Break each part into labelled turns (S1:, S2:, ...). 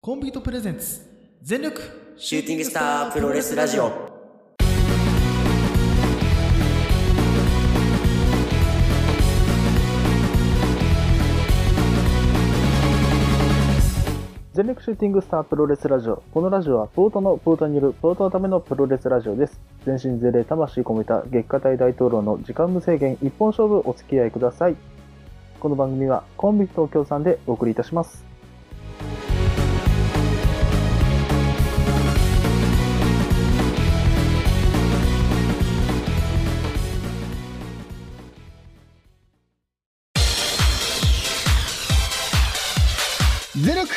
S1: コンビートプレゼンツ全力
S2: シューティングスタープロレスラジオ。
S3: 全力シューティングスタープロレスラジオ。このラジオはポートのポートによるポートのためのプロレスラジオです。全身全霊魂込めた月下大大統領の時間無制限一本勝負お付き合いください。この番組はコンビ東京さんでお送りいたします。
S4: 全力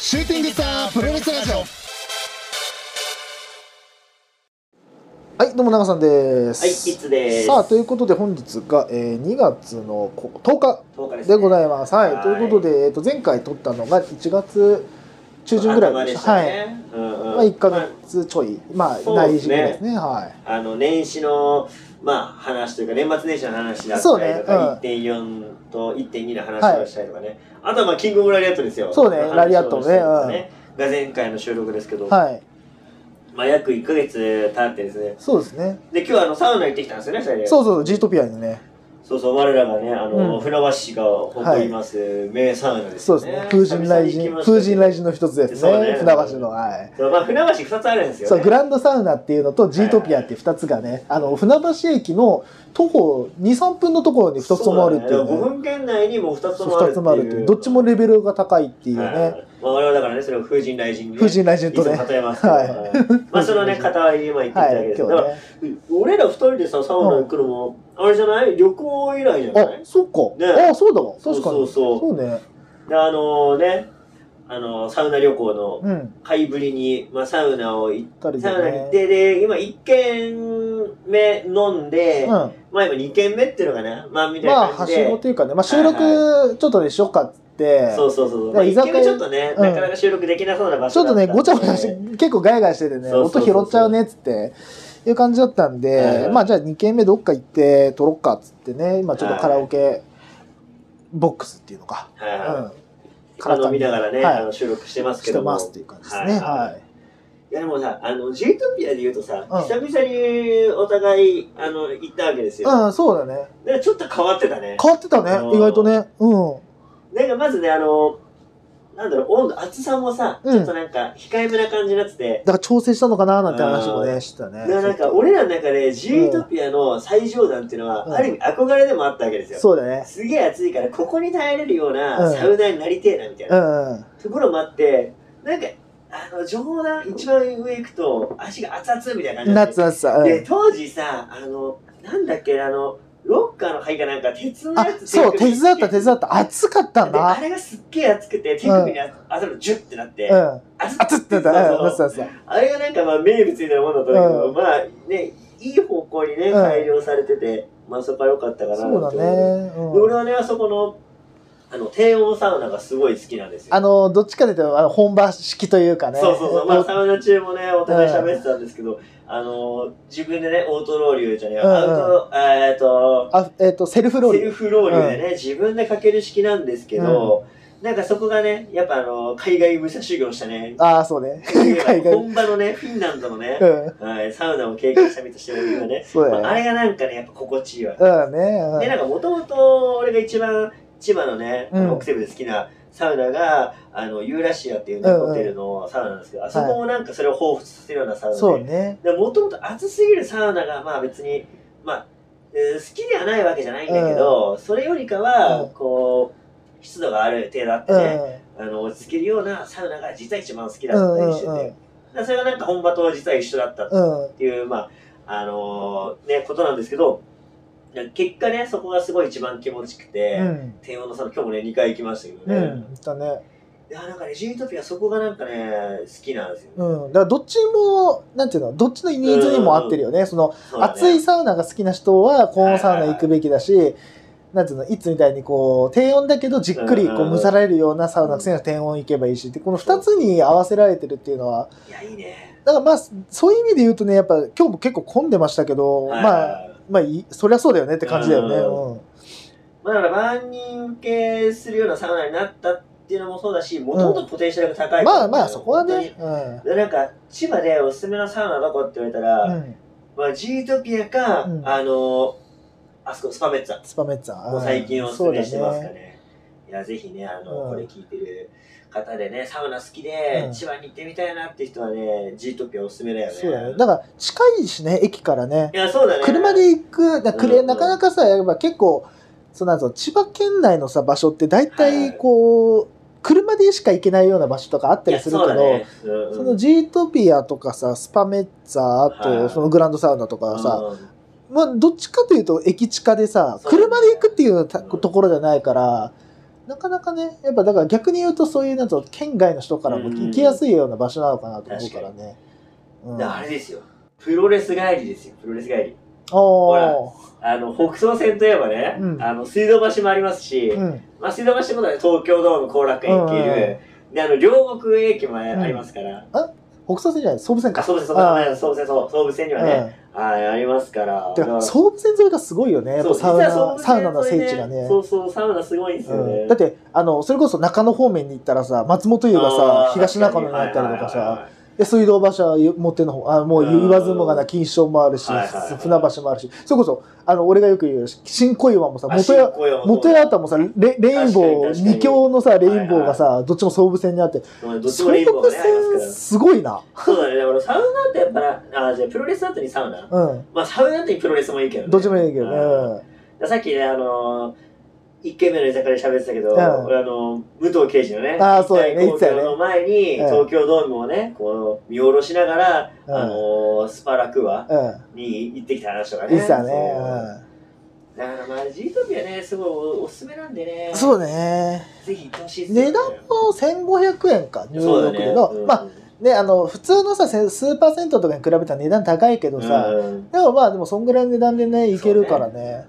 S4: シューティングスタープロレスラジオはいどうも長さんです
S2: はい、キッズです。
S4: さあということで本日が、えー、2月のこ10日
S2: 10日です、
S4: で
S2: ね。
S4: ございます、はい
S2: はい
S4: ということで、えー、と前回撮ったのが1月中旬ぐらい
S2: で
S4: で
S2: し
S4: した
S2: た
S4: はい
S2: ね。うんうん
S4: まあ、1か月ちょい、まあ、
S2: そう
S4: 内
S2: です
S4: 時期
S2: ね
S4: ですね、は
S2: まああの、年始の、まあ、話というか、年末年始の話だ
S4: そ
S2: っ
S4: う
S2: たり
S4: ね
S2: と
S4: うん
S2: か、1.4と1.2の話をしたりとかね。あとは、まあ、キングオブラリアットですよ。
S4: そうね
S2: 話を
S4: ラリアットね
S2: したりとかねが前回の収録ですけど、
S4: い。はい、
S2: まあ、約1ヶ月経ってですね。
S4: そうですね、
S2: で、今日はあの、サウナ行ってきたんですよね、二人で。
S4: そううそう、ジートピアにね、
S2: そうそう、我らがね、あの、
S4: うん
S2: 船橋市が誇ります、名サウナです
S4: そ
S2: よ
S4: う
S2: ね。
S4: ですね、風神雷神、風神
S2: 雷
S4: 雷神の一つです
S2: そう
S4: ね、
S2: ね
S4: 船橋の、はい。
S2: 神。まあ、船橋2つあるんですよ、ね。
S4: そうグランドサウナっていうのとジートピアっていう2つがねあの船橋駅の徒歩23分のところに2つともあるっていう,、
S2: そうだねだから
S4: ね
S2: 5分圏内にもう2つともある
S4: 2つもあるっていうどっちもレベルが高いっていうね、
S2: はいまあ、我々だからねそれを風神雷神にね
S4: 風神雷神とね
S2: いつも例えますけど
S4: はい
S2: はいまあそのね片割り今言ってきたわ
S4: は
S2: けで
S4: い
S2: す、
S4: 今
S2: だから
S4: 日
S2: 俺ら2人でさサウナ行くのも、あれじゃない旅行以来じゃな
S4: ね
S2: い
S4: あそっか、
S2: ね
S4: あそうだわ
S2: そう
S4: 確かに
S2: そうそう
S4: ね
S2: であのねあのサウナ旅行の
S4: うん
S2: 買いぶりに、まあ、サウナを行っ
S4: 2人でね
S2: サウナに行ってで今1軒目飲んで、
S4: うん、
S2: ま
S4: ま
S2: あ今2軒目っていうのかなまあみたいな
S4: あ
S2: 感
S4: は
S2: じ
S4: し
S2: で、
S4: ごというかね、まあ、収録
S2: はい
S4: ちょっとねしよっかって
S2: そうそうそうそう。ま
S4: だか
S2: あ、
S4: ら
S2: 一
S4: 居酒
S2: 軒
S4: 屋
S2: 目ちょっとね、
S4: うん
S2: なかなか収録できなそうな場
S4: ちょ
S2: 所
S4: っ
S2: だた
S4: と
S2: んで
S4: ねごちゃごちゃして結構ガヤガヤしてて
S2: そ
S4: ね
S2: うそう
S4: 音
S2: そうそう
S4: 拾っちゃうねっつっていう感じだったんで、
S2: はいはい
S4: まあじゃあ2軒目どっか行って撮ろっかっつってね今ちょっとカラオケボックスっていうのか、
S2: はいはい。
S4: うん、
S2: 今飲みながらね、
S4: はい
S2: あの収録してますけ
S4: し
S2: ど
S4: て
S2: も。
S4: ますっていう感じですね
S2: はい
S4: はい、
S2: いやでもさ、あの、ジェイトピアで言うとさ、
S4: うん
S2: 久々にお互い、あの、行ったわけですよ。
S4: うんそうだね
S2: で、ちょっと変わってたね。
S4: 変わってたね
S2: うん
S4: 意外とねうん
S2: なんかまずね、あの、なんだろう、温度、厚さもさ、
S4: うん
S2: ちょっとなんか、控えめな感じになってて、
S4: だから調整したのかななんて話も
S2: う
S4: ねしてたね
S2: だからなんか、俺らの中で、ジェイトピアの最上段っていうのは、
S4: うん
S2: ある意味憧れでもあったわけですよ。
S4: そうだね
S2: すげえ暑いから、ここに耐えれるよう
S4: う
S2: なんサウナーになりてえな、みたいな
S4: う。んうん
S2: ところもあってなんかあの上段一番上行くと足が熱々みたいな感じなんです
S4: 夏
S2: よ
S4: 夏さ、う
S2: で
S4: ん、
S2: 当時さあのなんだっけあのロッカーの灰がなんか鉄の
S4: あ
S2: やつ
S4: そう手伝った手伝
S2: っ
S4: った暑かった
S2: であ
S4: な
S2: れがすっげえ熱くて手首に当たるのジュッてなって、
S4: うん
S2: 熱
S4: 暑ってなった
S2: そう
S4: う
S2: そ
S4: ん
S2: う
S4: 夏夏さ
S2: あれがなんかまあ名物みたいなもんだったんだけど、
S4: う
S2: まあねいい方向にね
S4: うん
S2: 改良されてて、まあそこは良かったかな
S4: そうだ
S2: って思
S4: ね、
S2: で
S4: うん
S2: 俺、はねあそこのあの低温サウナがすごい好きなんですよ
S4: あのどっちかというとあの本場式というかね
S2: そうそうそう、まあ、サウナ中もね、お互い
S4: うん
S2: 喋ってたんですけど、あのー、自分でね、オートロウリュじゃねえ
S4: うんうん
S2: アウト、えっと、
S4: あえっとセルフロー
S2: セ
S4: リュ
S2: ルフロウリュでね、自分でかける式なんですけど、なんかそこがね、やっぱあの、海外武者修行したね、
S4: ああそうね海外
S2: 本場のね、フィンランドのね
S4: う、ん
S2: はいサウナを経験した身としても今ね、
S4: そう
S2: まあ、あ
S4: だね
S2: れがなんかね、やっぱ心地いいわ。
S4: うん
S2: で、
S4: ね
S2: なんかもともと俺が一番千葉のね、
S4: うん
S2: 北西部で好きなサウナが、あの、ユーラシアっていうね、
S4: うんうん
S2: ホテルのサウナなんですけど、あそこもなんかそれを彷彿させるようなサウ
S4: うん
S2: ナ
S4: そう
S2: で、
S4: ね
S2: でもともと暑すぎるサウナが、まあ別に、まあ、えー好きではないわけじゃないんだけど、それよりかは、
S4: うん
S2: こう、湿度がある程度あって
S4: うん
S2: ね、あの、落ち着けるようなサウナが実は一番好きだ
S4: う
S2: った
S4: んう
S2: り
S4: ん
S2: してて、
S4: う
S2: だからそれがなんか本場と実は一緒だった
S4: んうん
S2: っていう、まあ、あのーね、ことなんですけど、結果ね、そこがすごい一番気持ちくて、
S4: うん
S2: 天王のさん、今日もね、2回行きましたけど
S4: う
S2: ね。
S4: んだね
S2: いや、なんかね、ジートピア、そこがなんかね、好きなんですよね。
S4: うんだからどっちもなんていうのどっちのニーズにも合ってるよねその
S2: そうだね
S4: 暑いサウナが好きな人は高温サウナ行くべきだしなんていうのいつみたいにこう低温だけどじっくりこ
S2: うん
S4: う蒸されるようなサウナが好きな人は低温行けばいいしでこの2つに合わせられてるっていうのはい
S2: や、いいね。
S4: だからまあそういう意味で言うとねやっぱ今日も結構混んでましたけど、
S2: はい
S4: まあまあいいそりゃそうだよねって感じだよね、
S2: うんまあ、だから万人受けするようなサウナになったっっていうのもそうだし、もともとポテンシャルが高い、
S4: まあまあ、そこはね。うん
S2: 本当に。でなんか、千葉でおすすめのサウナどこって言われたら、
S4: うん、
S2: まあ、ジートピアか、
S4: うん
S2: あの、あそこ、スパメッツァ。
S4: スパメッツァ。
S2: もう最近おすすめしてますか
S4: ね。
S2: ね。いや、ぜひね、あの、
S4: う
S2: こ
S4: ん
S2: れ聞いてる方でね、サウナ好きで、
S4: うん
S2: 千葉に行ってみたいなって人はね、ジートピアおすすめだよね。
S4: そうだね。だから近いしね、駅からね
S2: い。や、そうだね。
S4: 車で行く、だくれ
S2: うん
S4: なかなかさ、やっぱ結構、そのなんつうの千葉県内のさ、場所って大
S2: はい
S4: 体こう、車でしか行けないような場所とかあった
S2: い
S4: り
S2: や
S4: する
S2: そ
S4: け
S2: うだ
S4: ど、そ,、
S2: ねうんうん
S4: のジートピアとかさ、スパメッツァ、あ
S2: は
S4: と
S2: い
S4: そのグランドサウナとかさ、
S2: うん
S4: まあどっちかというと駅近でさ、
S2: そうだね
S4: 車で行くっていうた
S2: うん
S4: ところじゃないから、なかなかね、やっぱだから逆に言うとそういうなんつうの県外の人からも行きやすいような場所なのかなと思うからね。うん、
S2: だからあれですよ。プロレス帰りですよ、プロレス帰り。
S4: おー
S2: あの、北総線といえばね、
S4: うん
S2: あの、水道橋もありますし、
S4: うん。
S2: まあ、水道橋もだね、東京ドーム後楽園っていう、で、あの、両国駅もありますから、
S4: 北総線じゃない、総武線
S2: あ、
S4: か。
S2: 総武線、総
S4: あ
S2: 武線、総武線、そう総武線にはね、はい、ありますから。
S4: て
S2: だから
S4: か総武線沿いがすごいよねやっぱサウ
S2: そう
S4: ナ
S2: 実
S4: サ
S2: は
S4: ウナの
S2: 総武線
S4: 聖
S2: 沿い
S4: 地がね
S2: そうそう、サウナすごいんですよね。
S4: うんだってあのそれこそ中野方面に行ったらさ松本湯が
S2: あ
S4: さ
S2: ー
S4: 東中野になったりとか
S2: はいはい
S4: さ
S2: はい
S4: で水道橋は持っての方あもう
S2: うん
S4: 言わずもがな金賞もあるし
S2: はいはいはい
S4: 船橋もあるしそれこそあの俺がよく言う新小岩もさ
S2: はい
S4: 元
S2: あ
S4: 屋
S2: 新小岩も
S4: 元屋あったもさレレイ
S2: 確かに
S4: ンボ
S2: 確か
S4: ー
S2: に
S4: 二強のさレインボーがさどっちも総武線にあって
S2: そうどっち
S4: 総
S2: もレインボーが
S4: 武
S2: ね、ありますから
S4: 線。すごいな
S2: そうだね、だからサウナってやっぱな、あ、じゃあプロレスの後にサウナ
S4: うん
S2: まあ、サウナ後にプロレスもいいけど、ね。
S4: どっちもいいけどね
S2: うん
S4: うん
S2: さっきね、あのー、1軒目の居酒屋で喋ってたけど、
S4: うん
S2: 俺あのー武藤刑事のね、
S4: あーそうだね
S2: 東京の前に、
S4: 言ってたよね
S2: 東京ドームをね、こう見下ろしながら、
S4: うん
S2: あのースパラクーア
S4: う
S2: に行ってきた話とか
S4: ん
S2: ね。
S4: いいっすよね
S2: そう
S4: うん
S2: だからまあ、ジートピアね、すごいおおすすめなんでね。
S4: そうね
S2: ぜひ行ってほしいっすよね
S4: 値段も1500円か入
S2: そうだ
S4: 浴
S2: ね
S4: での、
S2: うん
S4: まあねあの普通のさせスーパー銭湯とかに比べたら値段高いけどさ、
S2: うん
S4: でもまあでもそんぐらいの値段でねいけるからね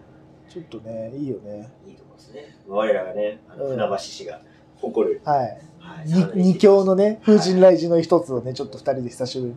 S4: ちょっとねいいよね
S2: いいとこですね。我らがね、あの
S4: うん
S2: 船橋市が誇る。
S4: はい
S2: はい
S4: に二強のね風神
S2: 神
S4: 雷神の一つをねちょっと二人で久しぶ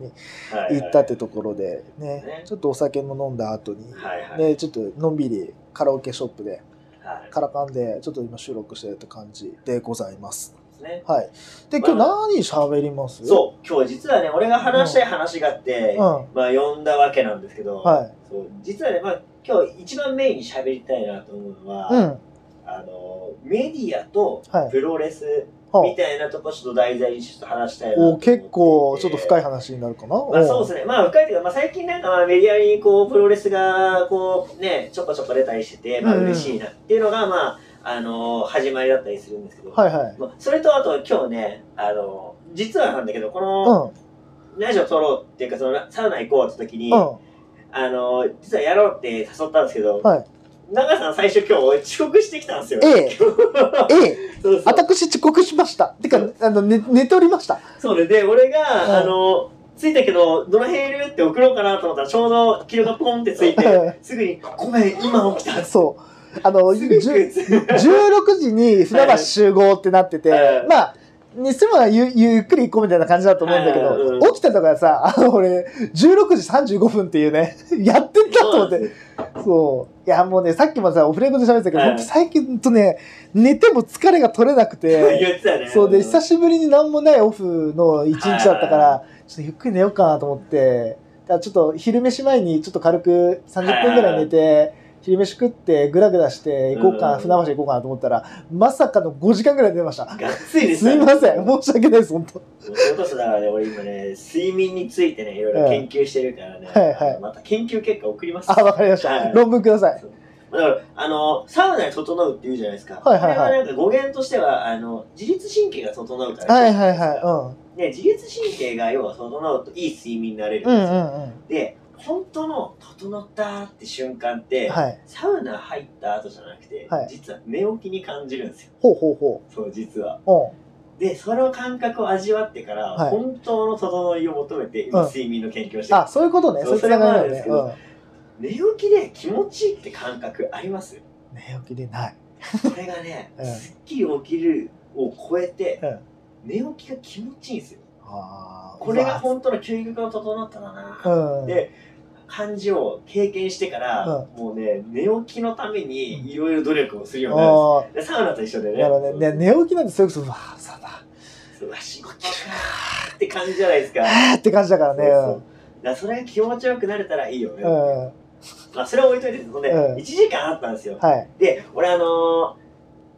S4: りに行ったってところで
S2: ね
S4: ねちょっとお酒も飲んだ後に
S2: はいはい。
S4: ねちょっとのんびりカラオケショップで
S2: はい。
S4: カラカンでちょっと今収録してるって感じでございます
S2: ですね。
S4: はいで今日
S2: ま
S4: 何喋ります
S2: そう、今日実はね、俺が話したい話があって、
S4: うんは
S2: まあ、呼んだわけなんですけど、
S4: い
S2: そう実はね、まあ、今日一番メインに喋りたいなと思うのは、
S4: うん
S2: あの、メディアと
S4: はい
S2: プロレス
S4: は
S2: みたいなとこちょっと題材にちょっと話したいなと思
S4: お
S2: っていて
S4: 結構ちょっと深い。話になるかな、
S2: まあ、そうですね。まあ、深いけど、まあ、最近なんかまあメディアにこう、プロレスが、こう、ね、ちょこちょこ出たりしてて、まあ、
S4: うんうん
S2: 嬉しいなっていうのが、まあ、あの、始まりだったりするんですけど、
S4: はいはい
S2: まあそれとあと今日ね、あの、実はなんだけど、この、
S4: う
S2: ラジオ撮ろうっていうか、そのサウナ行こうって時に、
S4: んうん
S2: あの、実はやろうって誘ったんですけど、
S4: はい
S2: 長さん最初今日遅刻してきたんですよ。
S4: ええええ
S2: そうそう
S4: 私遅刻しましたてかあの、ね、寝ておりました
S2: そうで、で、俺が、
S4: うん
S2: あの、着いたけど、どの辺いるって送ろうかなと思ったら、ちょうどキルがポンってついて、すぐに、ごめん、今起きた。
S4: そうあの
S2: すぐ行
S4: じ
S2: く
S4: ゅ16時 に船橋集合ってなってて、
S2: はい
S4: まあにしてもゆゆっくり行こうみたいな感じだと思うんだけ
S2: はい
S4: ど、
S2: うん
S4: 起きたとかさあの俺16時35分っていうね やってんだと思ってそう。いや、もうね、さっきもさ、オフレコで喋ってたけど、
S2: はい
S4: 僕最近ほんとね、寝ても疲れが取れなくて、
S2: 言ってたね。
S4: そうで、久
S2: し
S4: しぶりに何もないオフの一日だったか
S2: は
S4: ら、ちょっとゆっくり寝ようかなと思って、だからちょっと昼飯前にちょっと軽く30分ぐらい寝て、昼飯食ってグラグラして行こうか、
S2: うん
S4: 船橋行こうかなと思ったら、まさかの5時間ぐらい寝ました。
S2: がっつりです
S4: すいません、申し訳ないです、本当。
S2: それこそだからね、俺今ね、睡眠についてね、いろいろ研究してるからね、
S4: はいはい
S2: あのまた研究結果送ります。
S4: あ、わかりまし
S2: は
S4: た。
S2: い
S4: 論文ください。
S2: だから、あの、サウナに整うって言うじゃないですか。
S4: はいはいはい
S2: これはなんか語源としては、あの、自律神経が整うから。
S4: はいはいは
S2: で、自律神経が要は整うといい睡眠になれる
S4: い。うん。うんうんうん。
S2: で、本当の整ったって瞬間って、
S4: はい。
S2: サウナ入った後じゃなくて、
S4: はい
S2: 実は寝起きに感じるんですよ。
S4: ほうほうほ
S2: そう、実は。
S4: う。うん。
S2: で、その感覚を味わってから、
S4: はい
S2: 本当の整いを求めて、今
S4: うん
S2: 睡眠の研究をしてる
S4: あ、そういうことね。
S2: そ
S4: そうういうつながりだよ
S2: そ
S4: ね
S2: れ。もあ寝起きで気持ちいいって感覚あります
S4: うん寝起きでない。
S2: これがね、
S4: うん
S2: すっきり起きるを超えて、
S4: うん
S2: 寝起きが気持ちいいんですよ。
S4: あー
S2: これが本当の究極の整っただな。
S4: うん。
S2: で感じを経験してから、もうね、寝起きのためにいろいろ努力をするようになるんですよ
S4: ああ。
S2: でサウナと一緒でね。
S4: だからね、ね寝起きなんてそれこそ、うわあ、さだ、
S2: うわ、仕事かーって感じじゃないですか。
S4: あーって感じだからね。
S2: そうそうだからそれが気持ちよくなれたらいいよね。
S4: うん。は
S2: まあ、それは置いといて、そのね、
S4: うん
S2: 1時間あったんですよ。
S4: い。
S2: で、俺あのー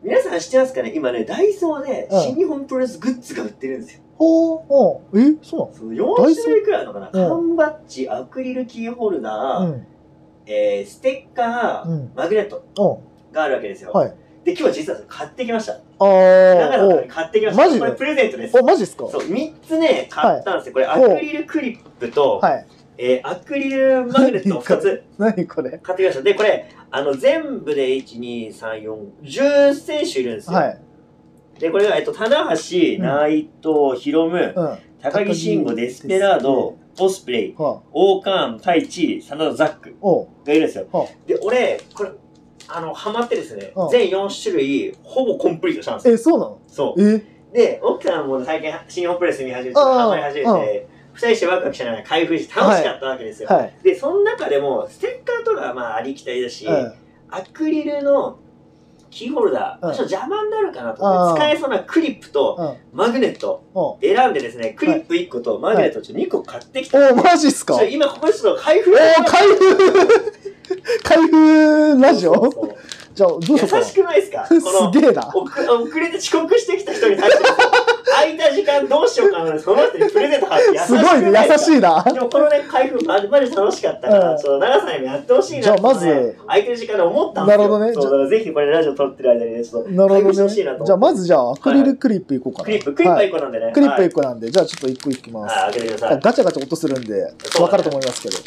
S2: 皆さん知ってますかね今ね、ダイソーで
S4: うん
S2: 新日本プロレスグッズが売ってるんですよ。
S4: ほう、うん。え、そう
S2: その4種類くらいあるのかな
S4: ダイソー
S2: 缶バッジ、アクリルキーホルダ
S4: な
S2: ー、
S4: のうん。
S2: えーステッカー、
S4: うん。
S2: マグネット
S4: うん。
S2: があるわけですよ。
S4: はい
S2: で、今日実はそれ買ってきました。
S4: あ
S2: 長野さん
S4: ー
S2: に買ってきました。
S4: マジで
S2: これプレゼントです
S4: お。お、マジっすか
S2: そう、3つね、買ったんですよ。これ、ア
S4: い
S2: クリルクリップと、
S4: はい。
S2: えーアクリルマグネットを2つ
S4: 何これ
S2: 買ってきました。で、これ、あの、全部で、1、2、3、4、10選手いるんですよ。
S4: はい。
S2: で、これが、えっと、棚橋、内藤、ヒロム、
S4: うん。は
S2: 高木慎吾、デスペラード、オスプレイ、
S4: あ。
S2: オーカーン、タイチ、サナダ、ザック
S4: おう。
S2: がいるんですよ
S4: は。
S2: で、俺、これ、あの、ハマってですね
S4: うん、
S2: 全4種類、ほぼコンプリートしたんですよ。
S4: え、そうなの
S2: そう。
S4: え
S2: で、奥さんも最近、新日本プロレス見始めて、
S4: ああ
S2: ハマり始めて、二人してワクワクしながら開封して楽しかったわけですよ。
S4: はい。
S2: で、その中でも、ステッカーとかはまあありきたりだし、
S4: うん。
S2: アクリルのキーホルダー、
S4: うん
S2: ちょっと邪魔になるかなと
S4: あ
S2: 思
S4: あ
S2: って、使えそうなクリップと
S4: うん。
S2: マグネット
S4: おう
S2: 選んでですね、クリップ1個とマグネットちょっと2個買ってきた。
S4: おう、マジっす
S2: ち
S4: か
S2: ょ今ここでちょっと開
S4: お
S2: 封
S4: お開封 開封ラジ
S2: そう
S4: オ
S2: そうそう
S4: じゃあ、どうしようか
S2: 優
S4: な。
S2: し
S4: す
S2: くないですかこ
S4: げえな
S2: の。遅、遅れて遅刻してきた人に対して、空いた時間どうしようかなその人にプレゼント貼って優し
S4: すごい
S2: く
S4: ね
S2: ないで
S4: 優
S2: す
S4: し
S2: か
S4: いな。
S2: でもこのね、開封までまで楽しかったから、
S4: うん
S2: その長さんにもやってほしいなと思って
S4: じゃあまず
S2: 空いてる時間で思ったんですよ。
S4: なるほどね
S2: そうだからぜひこれラジオ撮ってる間にね、ちょっと
S4: なる
S2: 開
S4: ほ
S2: 封して
S4: ど
S2: ほ
S4: ね。
S2: し
S4: じ
S2: いなと思って。
S4: ゃあ、まずじゃあ、アクリルクリップいこうかな。
S2: クリップ、クリップは
S4: はい
S2: 1個なんでね。
S4: クリップ
S2: はい
S4: 1個なんで、じゃあちょっと1個いきます。
S2: はい、開けてください。
S4: ガチャガチャ音するんで、
S2: そう
S4: わかると思いますけど。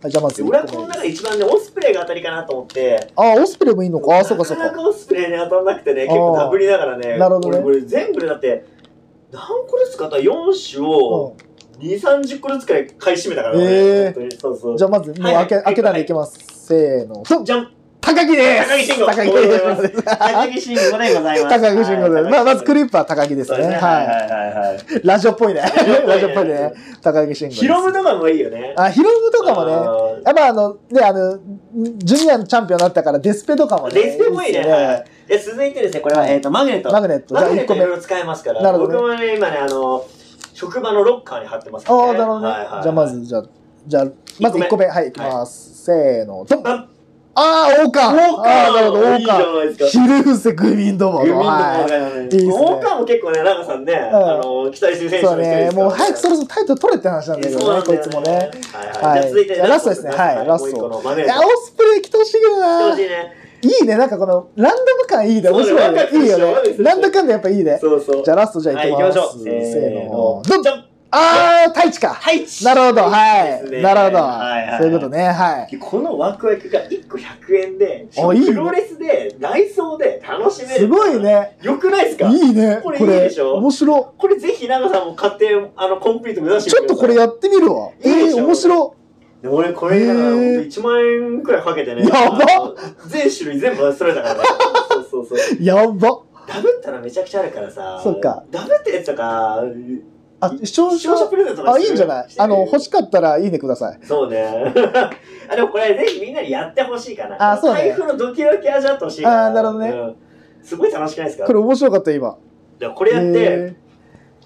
S4: はい、じゃあまず
S2: で
S4: 1個
S2: 俺はこの
S4: 目
S2: 中で一番ね、オスプレイが当たりかなと思って、
S4: ああ、オスプレイもいいのか。ああ、そうかそう
S2: なか
S4: か。
S2: なかオスプレイに当たんなくてね、結構ダブりながらね、
S4: なるほどね
S2: 俺これ全部でだって、何個ですかと4種を
S4: う
S2: 2、30個ずつくらい買い占めたからね、
S4: えー
S2: 本当にそうそうん
S4: じゃあまず、もう
S2: はい
S4: 開け、開けたんでいきます。せーの。ドン
S2: じゃん
S4: 高木です
S2: 高木慎吾
S4: 高木
S2: おめでとうござ
S4: です。
S2: 高木慎吾でございます。
S4: 高木慎吾です。まあ、まずク
S2: リ
S4: リップは高木ですね。
S2: はい
S4: は
S2: はいはいはい。
S4: い。ラジオっぽいね。
S2: ラ
S4: ラ
S2: ジ
S4: ジ
S2: オ
S4: オ
S2: っ
S4: っ
S2: ぽ
S4: ぽ
S2: い
S4: い
S2: ね
S4: ね。高木慎吾です。
S2: ヒロムとかもいいよね。
S4: あ、ヒロムとかもね。
S2: も
S4: やっぱあの、ね、あの、ジュニアのチャンピオンになったから、デスペとかもね。
S2: デスペもいいね。
S4: っすよ
S2: はいで、続いてですね、これは、
S4: はい
S2: えっと、マグネット。
S4: マグネット。じ
S2: マ
S4: ゃあ
S2: グネ
S4: 1
S2: ット
S4: 個
S2: い
S4: 目。
S2: ろい
S4: あ
S2: ろ使えますか
S4: な
S2: ら、
S4: るほど
S2: 僕
S4: ね
S2: もね、今ね、あの、職場のロッカーに貼ってますからね。
S4: あ、なるほどね
S2: はいはい。
S4: じゃあま。ず、じゃあ、じゃあ、まず1個目。はい、いきます。せーの、ドン
S2: ドン
S4: あー、王
S2: ウォ
S4: 冠
S2: ーカー
S4: あー、なるほど、
S2: いい
S4: 王
S2: じゃ
S4: 冠
S2: ないです
S4: ヒ
S2: か。
S4: ルフセグミンども
S2: グミン
S4: の。
S2: ド
S4: は
S2: ウォーカー
S4: いいですね
S2: ウォーカーも結構ね、長さんね、あの、期待する選
S4: い。
S2: 手
S4: そ
S2: の一人
S4: う
S2: で
S4: ね、
S2: すから
S4: もう早くそろそろタイトル取れって話なんだけ
S2: そう
S4: ど
S2: な
S4: ね、
S2: んだ
S4: こい
S2: よ
S4: つもね。。
S2: はいはい。じゃあ続いて、
S4: はいラストですねはい
S2: も
S4: ラスト
S2: う一個のマグネ
S4: い
S2: ッ
S4: や、
S2: ト。
S4: オスプレイ来てほしいけど
S2: 来
S4: な。
S2: て
S4: い
S2: ほしいね。
S4: いね、なんかこの、ランダム感いいね、面白いね。
S2: そう
S4: いい
S2: ねワク
S4: よ
S2: ワクするでしょ
S4: ね。なんだかんだやっぱいいね。
S2: そうそう。
S4: じゃあラストじゃあ
S2: はい、
S4: い
S2: 行
S4: き
S2: き
S4: ま
S2: ま
S4: し
S2: しょ
S4: ょ
S2: う。
S4: う。せー
S2: ド
S4: の。ド
S2: ン
S4: ンあー、太一か。
S2: はい。
S4: なるほど、は
S2: ですね
S4: い。なるほど
S2: はいはいは。い
S4: そういうことね、はい。
S2: このワクワクが1個100円で、
S4: あいいね
S2: プロレスで、内装で楽しめる。
S4: すごい。ね。
S2: よくないですか
S4: いいね。
S2: こ
S4: こ
S2: れ
S4: れ、
S2: いいでしょ
S4: 面白。
S2: これぜひ長さんも買って、あの、コンプリート目指して
S4: ちょっとこれ
S2: や。
S4: やってみるわ。
S2: いいで
S4: え
S2: し
S4: え、
S2: ょ
S4: 面白。
S2: 俺これ、だから、
S4: へー
S2: ほんと1万円くらいかけてね。
S4: やば
S2: あの全種類全部出されたからね。そうそうそう。
S4: やば。
S2: ダブったらめちゃくちゃあるからさ。
S4: そっか。
S2: ダブったやつとか、
S4: あ、視聴
S2: 視
S4: 者
S2: 聴者プレゼントとか
S4: あ、
S2: す
S4: い
S2: る
S4: いんじゃないあの、欲しかったらいいねください。
S2: そうね。 あでもこれぜひみんなにやってほしいかな。
S4: あそうね
S2: 台風のドキドキ味わってほしいから。
S4: あーなるほどね
S2: うんすごい楽しくないですか
S4: これ面白かった、今。
S2: だからこれやって、
S4: え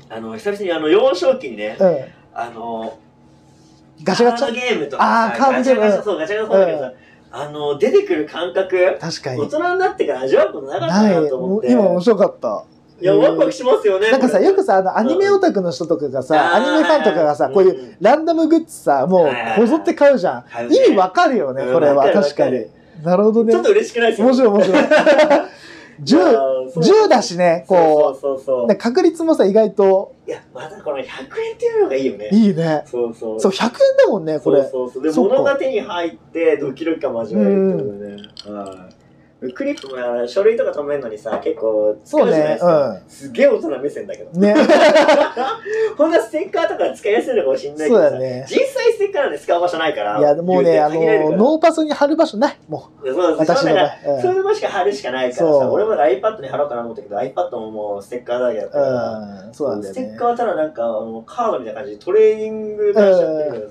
S2: あの久々にあの幼少期にね、
S4: ーうん
S2: あの
S4: ガチャガチ
S2: カード
S4: ャ。
S2: ゲームとかさ
S4: あーカードゲ
S2: ガチ
S4: ーム
S2: ャガチャそうガチャガチャそうだけどさ、あの出てくる感覚
S4: 確か
S2: 大
S4: に。
S2: 人になってから味わうことなかった
S4: ない。
S2: なと思
S4: も
S2: っ
S4: う
S2: て。
S4: 今面白かった。
S2: いや
S4: うん
S2: ワクワクしますよね。
S4: なんかさ、
S2: これ
S4: よくさ、あの、アニメオタクの人とかがさ、
S2: あ
S4: ア
S2: ー
S4: ニメファンとかがさ、こういう
S2: うん
S4: ランダムグッズさ、も、
S2: はいはいはいう
S4: こぞって買うじゃ。
S2: 買うんね
S4: 意味わかるよね、
S2: うん
S4: これ
S2: わか
S4: は。
S2: るわかる
S4: 確かに。なるほどね
S2: ちょっ。と嬉しくないですか。
S4: 面白い、面白 い。10、10だ
S2: し
S4: しね、こ
S2: そうそうそう
S4: う。
S2: そ
S4: ね確率もさ、意外と
S2: う。いやまたこの100円っていうのがいいよね。
S4: いいね。
S2: そうそう。
S4: そう、100円だもんね、これ。
S2: そうそうそうで
S4: そっか
S2: 物が手に入ってドキドキ感も味わえるってことね、はいクリップもや書類とか止めるのにさ結構使
S4: そう
S2: うじゃないで
S4: ね
S2: す、か、
S4: う
S2: すげえ大人目線だけど
S4: ん。ね、
S2: ほんならステッカーとか使いやすいのかもしんないけ
S4: そう
S2: どさ、
S4: だね。
S2: 実際ステッカーなんで使う場所ないから
S4: いや、もうね、あの、ノ
S2: ノ
S4: ーパスに貼る場所ない。も
S2: そう
S4: う、
S2: そう
S4: 私
S2: そ
S4: の
S2: う
S4: 場
S2: だから
S4: 合。
S2: そううんいうのしか貼るしかないから
S4: そ
S2: さ
S4: う
S2: 俺まだ iPad に貼ろうかなと思ったけど iPad ももうステッカーだらけだったから、
S4: うん。そうなんだよ
S2: ステッ
S4: ね
S2: カ。ーはただなんかあのカードみたいな感じでトレーニング出しちゃってるからさ、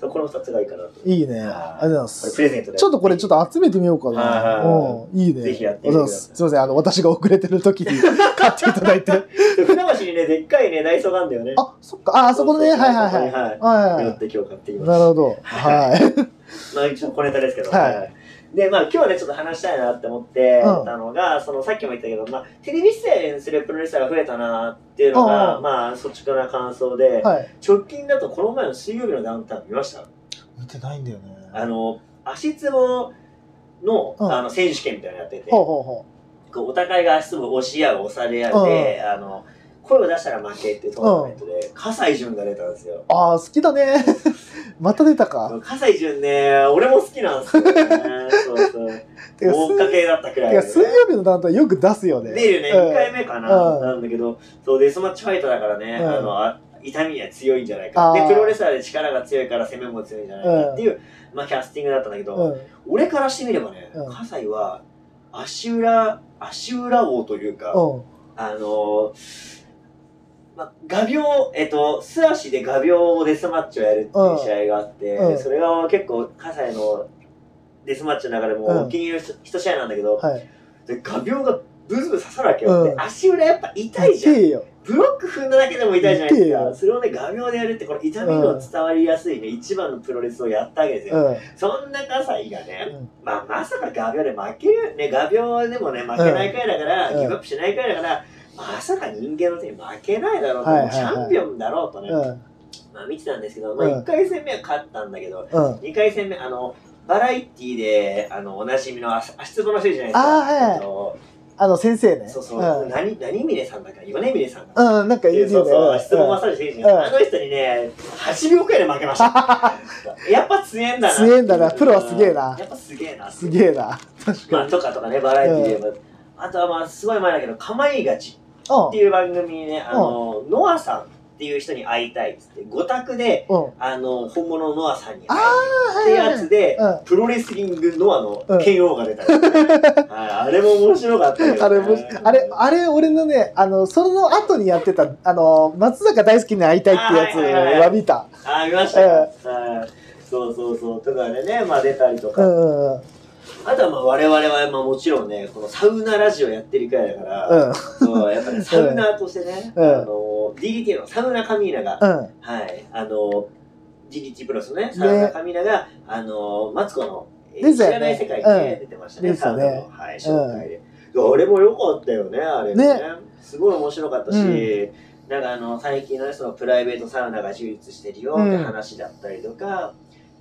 S2: そうこの2つがいいかなと。
S4: いいね。
S2: は
S4: あ
S2: い
S4: りがとうございま
S2: これ
S4: す
S2: プ。レゼントで。
S4: ちょっとこれちょっと集めてみようかな。
S2: はい
S4: うん、いいね。
S2: ぜひやって
S4: あ
S2: みて
S4: り
S2: くだ
S4: がとうございます
S2: さい。
S4: すいません、あの、私が遅れてる時 に買っていただいて。
S2: 船橋にね、でっかいね、ダイソーがあるんだよね。
S4: あ、そっか、あ、あそこでね、
S2: そう
S4: はい
S2: そう
S4: はいはい。
S2: はい。
S4: はい
S2: 寄
S4: は
S2: って今日買ってき
S4: い。
S2: ました
S4: なるほど。はい。
S2: まあ、一応小ネタですけど、
S4: はい
S2: いで、まあ、今日はね、ちょっと話したいなって思って
S4: うん
S2: 思ったのが、その、さっきも言ったけど、まあ、テレビ出演するプロレスラーが増えたなっていうの
S4: うん
S2: が、
S4: うん
S2: まあ、率直な感想で、
S4: はい。
S2: 直近だと、この前の水曜日のダウンタウン見ました
S4: 見てないんだよね。
S2: あの、足つぼの、
S4: うん
S2: あの、選手権みたいなのやってて、
S4: ほうほうほ
S2: こうお互いが足つぼを押し合う、押され合って、あの、声を出したら負けっていうトーナメントで、葛西潤が出たんですよ。
S4: う。ああ、好きだね。 また出たか。
S2: 葛西潤ね、俺も好きなんです よね。そうそう。
S4: てか、
S2: 追っか
S4: 水
S2: けだったくらい
S4: て
S2: で
S4: か
S2: ね、
S4: 水曜日の団体よく出すよね。
S2: 出るね、
S4: うん
S2: 2回目かな、
S4: うん
S2: なんだけど、そうデスマッチファイトだからね、
S4: うん
S2: あのあ痛みには強いんじゃないか、
S4: あー
S2: でプロレスラーで力が強いから攻めも強いんじゃないかっていう、まあ、キャスティングだったんだけど、
S4: うん。
S2: 俺からしてみればね、
S4: うん
S2: 葛西は足裏、足裏王というか、
S4: うん。
S2: あのーまあ、画鋲、えっと、素足で画鋲をデスマッチをやるっていう試合があって、
S4: うん
S2: それが結構、葛西のデスマッチの中でもお気に入りの一一試合なんだけど、
S4: はい。
S2: で画鋲がブズブズ刺さるわけよ、
S4: うん
S2: で足裏やっぱ痛いじゃん
S4: 痛いよ。
S2: ブロック踏んだだけでも痛いじゃないで
S4: 痛い
S2: す
S4: よ
S2: かそれをね画鋲でやるってこれ痛みの伝わりやすいね、一番のプロレスをやったわけです
S4: う
S2: よ、
S4: ん。
S2: そんな葛西がね、
S4: うん
S2: まあ、まさか画鋲で負けるね画鋲でもね負けないくらいだから、
S4: うん
S2: ギブアップしないくらいだからまさか人間の手に負けないだろうと、
S4: はいはいはい
S2: チャンピオンだろうとね、
S4: うん。
S2: まあ、見てたんですけど、まあ、
S4: うん
S2: 1回戦目は勝ったんだけど、
S4: うん。
S2: 2回戦目あのバラエティーであのおなじみの足足つぼの人いるじゃないです
S4: あ
S2: か
S4: ーはい
S2: えっと
S4: あの、先生ね。
S2: そうそう、
S4: うん
S2: 何何峰さんだか米峰さんだか、
S4: うん、なんか
S2: っ
S4: い
S2: て
S4: い
S2: い
S4: よ
S2: う
S4: ね。
S2: そうそう質問
S4: うん
S2: マッサージ選手
S4: うん
S2: があの人にね8秒くらいで負けましたやっぱ強えんだな
S4: 強えんだなプロはすげえな
S2: やっぱすげえな
S4: すげえな。確
S2: ま
S4: か
S2: あ
S4: に。
S2: とかとかねバラエティーで言えば、あとはまあすごい前だけど「かまいがち」っていう番組にねあの、ノアさんっていう人に会いたいっつってご宅で
S4: うん。うん。
S2: あの本物のノアさんに
S4: あ
S2: 会いたいってやつで、
S4: うん。
S2: プロレスリングノアの剣王が出たり、は いあれも面白かったけどね
S4: あれもし、あれ、あれ、俺のね、あの、その後にやってた、あの、松坂大好きに会いたいってやつ
S2: あはいはいはい
S4: は見た。
S2: あ見ましたよ、はいそうそうそうとかでね、まあ、出たりと
S4: う
S2: か、
S4: んうんうん。
S2: あとはまあ我々はまあもちろんねこのサウナラジオやってるくらいだから、
S4: うん。
S2: そうやっぱねサウナーとしてね、
S4: うん
S2: あの DDT のサウナカミーナが、
S4: うん。
S2: はいあの DDT プロスのねサウナカミーナが、あのマツコのえ
S4: です
S2: 知
S4: よね
S2: らない世界にね、
S4: うん
S2: 出てましたね
S4: ですよね
S2: サウナの、はい、紹介で、いやあれも良かったよねあれね
S4: ね
S2: すごい面白かったし、
S4: う
S2: なんかあの最近のそのプライベートサウナが充実してるよって話だったりとか、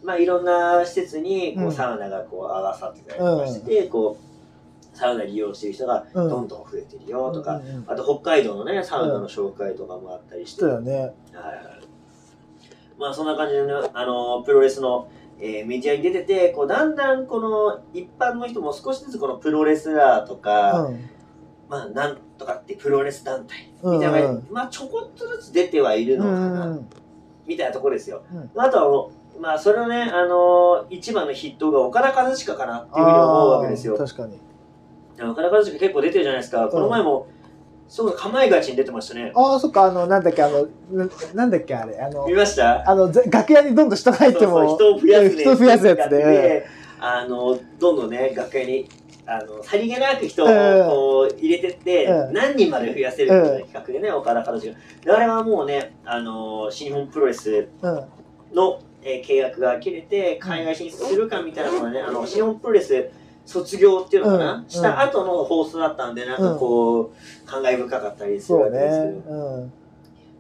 S2: まあいろんな施設にこ
S4: うん
S2: うサウナがこう合わさってたりとかして、こうサウナ利用してる人が
S4: う
S2: どん
S4: ん。
S2: どん増えてるよと
S4: う
S2: か、
S4: んうん
S2: あと北海道のねサウナの紹介とかもあったりして、
S4: そうだよね。
S2: はいはいはいまあそんな感じでね、あのプロレスの、えーメディアに出ててこうだんだんこの一般の人も少しずつこのプロレスラーとか、
S4: うん。
S2: まあなんとかってプロレス団体
S4: うん
S2: みたいな
S4: う
S2: のが、
S4: ん。
S2: まあちょこっとずつ出てはいるのかな、みたいなところですよ、
S4: う
S2: あとはもうまあそれをね、あの一番の筆頭が岡田和親かなっていうふうに思うわけですよ
S4: あー確かに。
S2: 岡田和親結構出てるじゃないですかこの前も、そうかまいがちに出てましたね
S4: ああ、そっか、あの、なんだっけ、あの、ななんだっけ、あれ、あの
S2: 見、ました
S4: あの、ぜ楽屋にどんどん人が入っても、
S2: そうそう人を増やすね
S4: 人を増やすやつで
S2: やってあのどんどんね楽屋にあのさりげなく人を
S4: うん
S2: こう入れてって、
S4: うん
S2: 何人まで増やせるみたいな企画でね、岡田和親であれはもうねあの新日本プロレス
S4: うん。
S2: の、えー契約が切れて海外進出するかみたいなのがね、あの新日本プロレス卒業っていうのかな、
S4: うん
S2: した後の放送だったんでなんかこう、感慨深かったりする
S4: そ
S2: わ
S4: う
S2: け
S4: ね。
S2: ですけど、
S4: うん。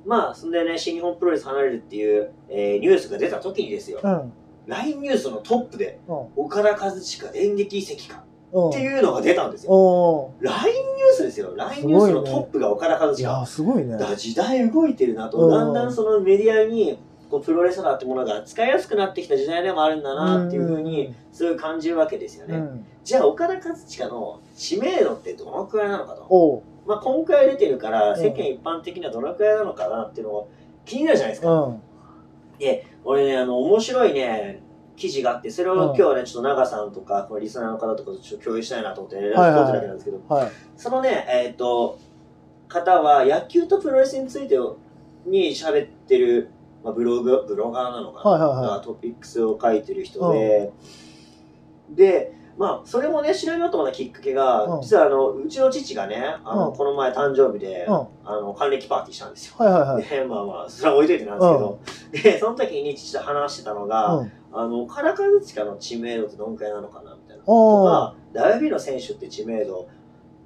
S2: まあそんでね新日本プロレス離れるっていう、えーニュースが出た時にですよ、
S4: うん。
S2: LINE ニュースのトップで、
S4: うん
S2: 岡田和親電撃移籍か
S4: うん。
S2: っていうのが出たんですよ。
S4: お
S2: LINE ニュースですよ。LINE ニュースのトップが岡田和
S4: ーいや
S2: 親。
S4: ー、すごいね。
S2: だ時代動いてるな
S4: う
S2: と、
S4: ん
S2: だんだんそのメディアにこうプロレスラーってものが扱いやすくなってきた時代でもあるんだなっていうふうに、すごい感じるわけですよ
S4: う
S2: ね。
S4: ん。
S2: じゃあ岡田和親の知名度ってどのくらいなのかと。
S4: おう。
S2: まあ今回出てるから
S4: うん
S2: 世間一般的にはどのくらいなのかなっていうのを気になるじゃないです
S4: う
S2: か。
S4: ん。
S2: 俺ね、あの、面白いね、記事があって、それ
S4: うん
S2: を今日はね、ちょっと長さんとか、このリスナーの方とかとちょっと共有したいなと思って、ね、
S4: はいは
S2: ラジオ撮
S4: い
S2: ってるだけなんですけど、
S4: はい。
S2: そのね、えっ、と、方は、野球とプロレスについてに喋ってるまあ、ブログブロガーなのかな、
S4: はいはいはい
S2: がトピックスを書いてる人で、で、まあ、それもね、知らなと思ったきっかけが、
S4: うん
S2: 実はあのうちの父がね、あの
S4: うん
S2: この前誕生日で、
S4: うん
S2: あの還暦パーティーしたんですよ。
S4: はいはいはい。
S2: でまあまあ、それは置いといてなんですけど、で、その時に父と話してたのが、
S4: うん
S2: あの、カラカズチカの知名度ってどんくらいなのかなみたいな。と
S4: おー
S2: か、WB の選手って知名度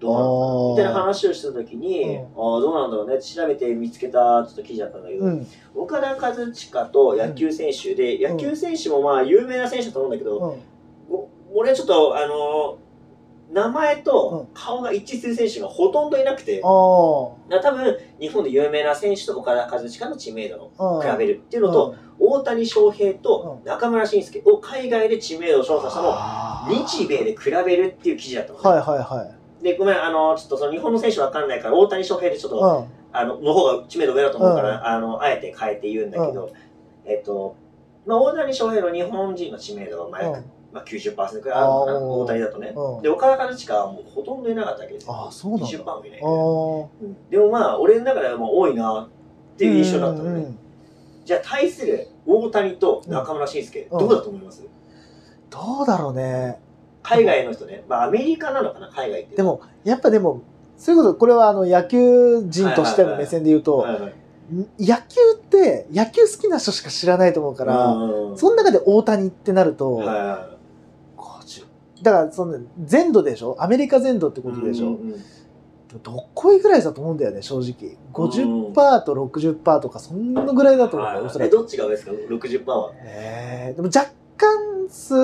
S2: どうなの
S4: お
S2: みたいな話をしてた時に、
S4: うん
S2: ああどうなんだろうねって調べて見つけたちょっと記事だったんだけど、
S4: うん
S2: 岡田和親と野球選手で、
S4: ん
S2: 野球選手もまあ有名な選手だと思うんだけど、
S4: うん
S2: お俺ちょっとあの名前と顔が一致する選手がほとんどいなくて、
S4: あー
S2: だから多分日本で有名な選手と岡田和親の知名度を
S4: うん
S2: 比べるっていうのと、大谷翔平と中村慎介を海外で知名度を調査したのを
S4: あー
S2: 日米で比べるっていう記事だったのね、
S4: はいはいはい。
S2: でごめんあのちょっとその日本の選手わかんないから大谷翔平でちょっと、
S4: うん
S2: あのの方が知名度上だと思うから、
S4: う
S2: あのあえて変えて言うんだけど、えっとまあ、大谷翔平の日本人の知名度はまあ、
S4: うん
S2: まあ、90%くらいあるのかな
S4: あー
S2: 大谷だとね
S4: うん
S2: で岡田和親はもうほとんどいなかったわけですよ
S4: あーそうなんだ
S2: 20%もいない
S4: あー
S2: うんでもまあ俺の中ではもう多いなっていう印象だったのね、
S4: うんうん
S2: じゃあ対する大谷と中村慎介、
S4: うん
S2: どうだと思います、
S4: どうだろうね。
S2: 海外の人ね、まあ、アメリカなのかな海外って
S4: でも、やっぱでも、そういうこと、これはあの野球人としての目線で言うと
S2: は、いはい
S4: 野球って、野球好きな人しか知らないと思うから、
S2: うん
S4: その中で大谷ってなると、
S2: はいは
S4: 50だからその全土でしょアメリカ全土って
S2: い
S4: ことでしょ、
S2: うんうんうん
S4: どこいぐらいだと思うんだよね正直50%と60%とかそんなぐらいだと思うんだよおそ
S2: え
S4: らく、
S2: どっちが上ですか60%は
S4: えーでも若干数、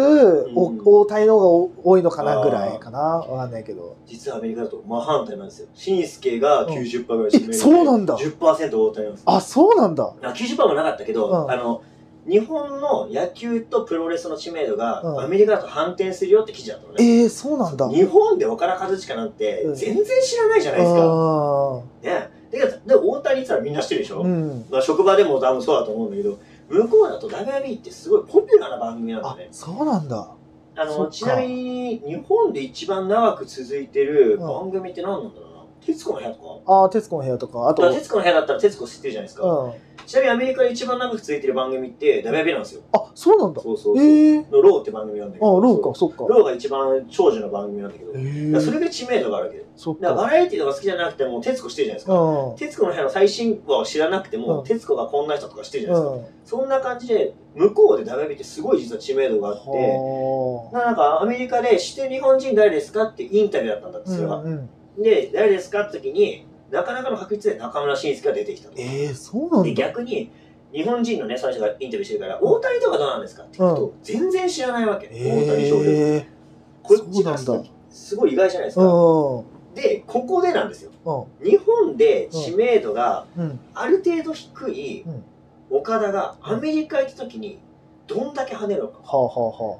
S4: お
S2: うん
S4: 大谷の方が多いのかなぐらいかなわかんないけど
S2: 実はアメリカだと真反対なんですよ紳助が90%ぐらい
S4: えそうなんだ
S2: 10%大谷なんです
S4: あそうなんだ
S2: あ90%もなかったけど、
S4: うん
S2: あの日本の野球とプロレスの知名度が、
S4: うん
S2: アメリカだと反転するよって記事だったのね
S4: えー、そうなんだ
S2: 日本で岡田和親なんて
S4: うん
S2: 全然知らないじゃないですか、ねでで大谷って言ったらみんな知ってるでしょ、
S4: うん
S2: まあ、職場でも多分そうだと思うんだけど向こうだと WB ってすごいポピュラーな番組なんだ
S4: あ
S2: ね
S4: そうなんだ
S2: あ
S4: そっ
S2: の
S4: か
S2: ちなみに日本で一番長く続いてる番組って何なんだろうな「徹子の部屋」とか
S4: あー徹子の部屋とかあ
S2: だから
S4: と
S2: 徹子の部屋だったら徹子知ってるじゃないですか、
S4: うん
S2: ちなみにアメリカで一番長く続いてる番組って「ダビアビ」なんですよ
S4: あそうなんだ
S2: そうそうそう、
S4: ええー、
S2: の「ロー」って番組なんだけ
S4: あ
S2: ど
S4: ローか
S2: そ
S4: そっか
S2: うローが一番長寿の番組なんだけど、
S4: え
S2: だか
S4: ー
S2: らそれで知名度があるわけで
S4: そっ
S2: だから
S4: か
S2: バラエティーとか好きじゃなくても徹子知ってるじゃないです
S4: う
S2: か
S4: ん
S2: 徹子の部屋の最新話を知らなくて
S4: う
S2: も
S4: ん
S2: 徹子がこんな人とか知ってるじゃないですか、
S4: うん
S2: そんな感じで向こうで WB ってすごい実は知名度があって
S4: はあ
S2: ななんかアメリカで「知ってる日本人誰ですか?」ってインタビューだったんだってそれが、
S4: うんうん
S2: で「誰ですか?」って時になかなかの確率で中村慎介が出てきたの
S4: ええそうなんだ
S2: で逆に日本人のね最初がインタビューしてるから「大谷とかどうなんですか?」って聞くと全然知らないわけ、大谷翔平
S4: ええ
S2: こっちが
S4: そうなんだ
S2: すごい意外じゃないです
S4: う
S2: か、
S4: ん
S2: でここでなんですよ
S4: うん
S2: 日本で知名度が
S4: うん
S2: ある程度低い
S4: うん
S2: 岡田がアメリカ行った時にどんだけ跳ねるのか
S4: はあはあは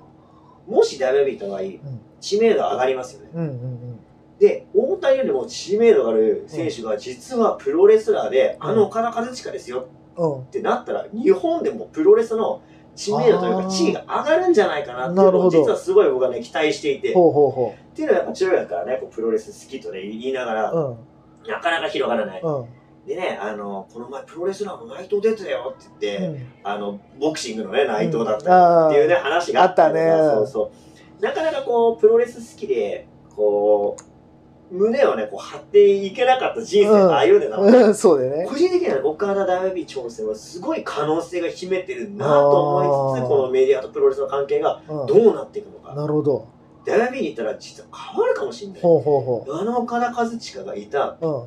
S2: もし WB 行った場合
S4: ん
S2: 知名度上がりますよね、
S4: あうんうん
S2: で大谷よりも知名度がある選手が実はプロレスラーで、
S4: うん
S2: あの岡田和親ですよ
S4: うん
S2: ってなったら日本でもプロレスの知名度という
S4: あ
S2: か
S4: ー
S2: 地位が上がるんじゃないかなってい
S4: な
S2: う
S4: る
S2: の
S4: ほ
S2: を
S4: ど
S2: 実はすごい僕はね期待していてっ
S4: ほうほうほ
S2: ていうのはやっぱ中学からねこうプロレス好きとね言いながら、
S4: ううん
S2: なかなか広がらない、
S4: うん
S2: でねあのこの前プロレスラーの内藤出てたよって言って、
S4: うん
S2: あのボクシングのね内藤だったり
S4: あ
S2: っ
S4: ー
S2: ていうね話が
S4: あったね
S2: そうそうなかなかこうプロレス好きでこう胸をねこう張っていけなかった人生
S4: うん
S2: を歩んでたの、
S4: うんそうだよね
S2: 個人的にはね岡田大ビ挑戦はすごい可能性が秘めてるなと思いつ
S4: あー
S2: つこのメディアとプロレスの関係が
S4: うん
S2: どうなっていくのか
S4: なるほど
S2: 大ビに行ったら実は変わるかもしれない
S4: ほうほうほ
S2: あの岡田和親がいた
S4: う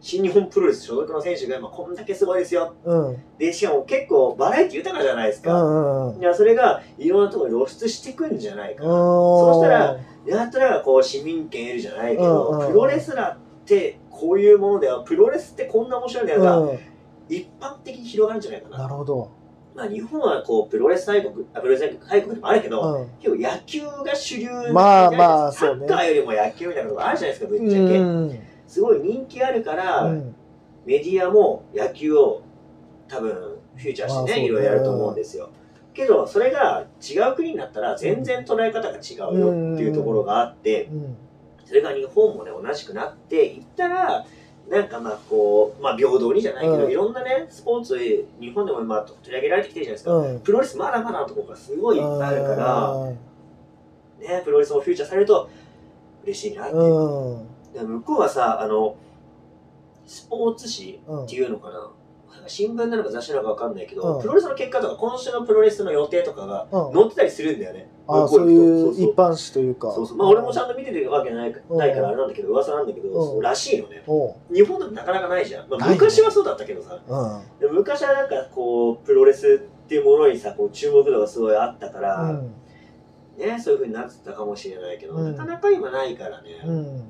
S2: 新日本プロレス所属の選手が今こんだけすごいですよ
S4: うんうん
S2: でしかも結構バラエティ豊かじゃないです
S4: う
S2: か、
S4: んうんうん
S2: いやそれがいろんなところに露出していくんじゃないかな、
S4: そう
S2: したらやっとなんかこう市民権得るじゃないけど、
S4: うんうん
S2: プロレスラーってこういうものではプロレスってこんな面白いんだよが、
S4: うん
S2: 一般的に広がるんじゃないかな
S4: なるほど
S2: まあ、日本はこうプロレス大国あプロレス大国でもあるけど、
S4: う
S2: 結構野球が主流な
S4: まあ
S2: じゃないですか
S4: まあそうね
S2: サッカーよりも野球みたいなところあるじゃないですかぶ
S4: ん
S2: っちゃけ、
S4: うん
S2: すごい人気あるから、
S4: うん
S2: メディアも野球を多分フューチャーして
S4: まあ
S2: ね,、
S4: そうね
S2: いろいろやると思うんですよけどそれが違う国になったら全然捉え方が違うよっていうところがあって、
S4: うん
S2: それが日本もね同じくなっていったらなんかまあこう、まあ平等にじゃないけど、
S4: うん
S2: いろんなね、スポーツ、日本でもまあ取り上げられてきてるじゃないですか。
S4: うん。
S2: プロレスまだまだのところがすごいいっぱいあるか
S4: うん
S2: ら、ね、プロレスもフューチャーされると嬉しいなっていう。
S4: うん。
S2: で向こうはさ、あの、スポーツ紙
S4: うん
S2: っていうのかな。新聞なのか雑誌なのかわかんないけど、
S4: うん
S2: プロレスの結果とか、今週のプロレスの予定とかが
S4: うん
S2: 載ってたりするんだよね。
S4: あ
S2: 向
S4: あ、
S2: こ
S4: そ
S2: 行く
S4: う
S2: と
S4: いう
S2: そうそう
S4: 一般紙というか。
S2: そうそうまあ俺もちゃんと見てるわけない
S4: うん
S2: ないからあれなんだけど噂なんだけど、
S4: うん
S2: そうらしいのね
S4: おう
S2: 日本だとなかなかないじゃん、ま
S4: ない
S2: あ、
S4: ね
S2: 昔はそうだったけどさ、
S4: うん。うん。
S2: でも昔はなんかこうプロレスっていうものにさこう注目度がすごいあったから、ねそういうふうになってたかもしれないけど、
S4: うん
S2: なかなか今ないからね、
S4: うん。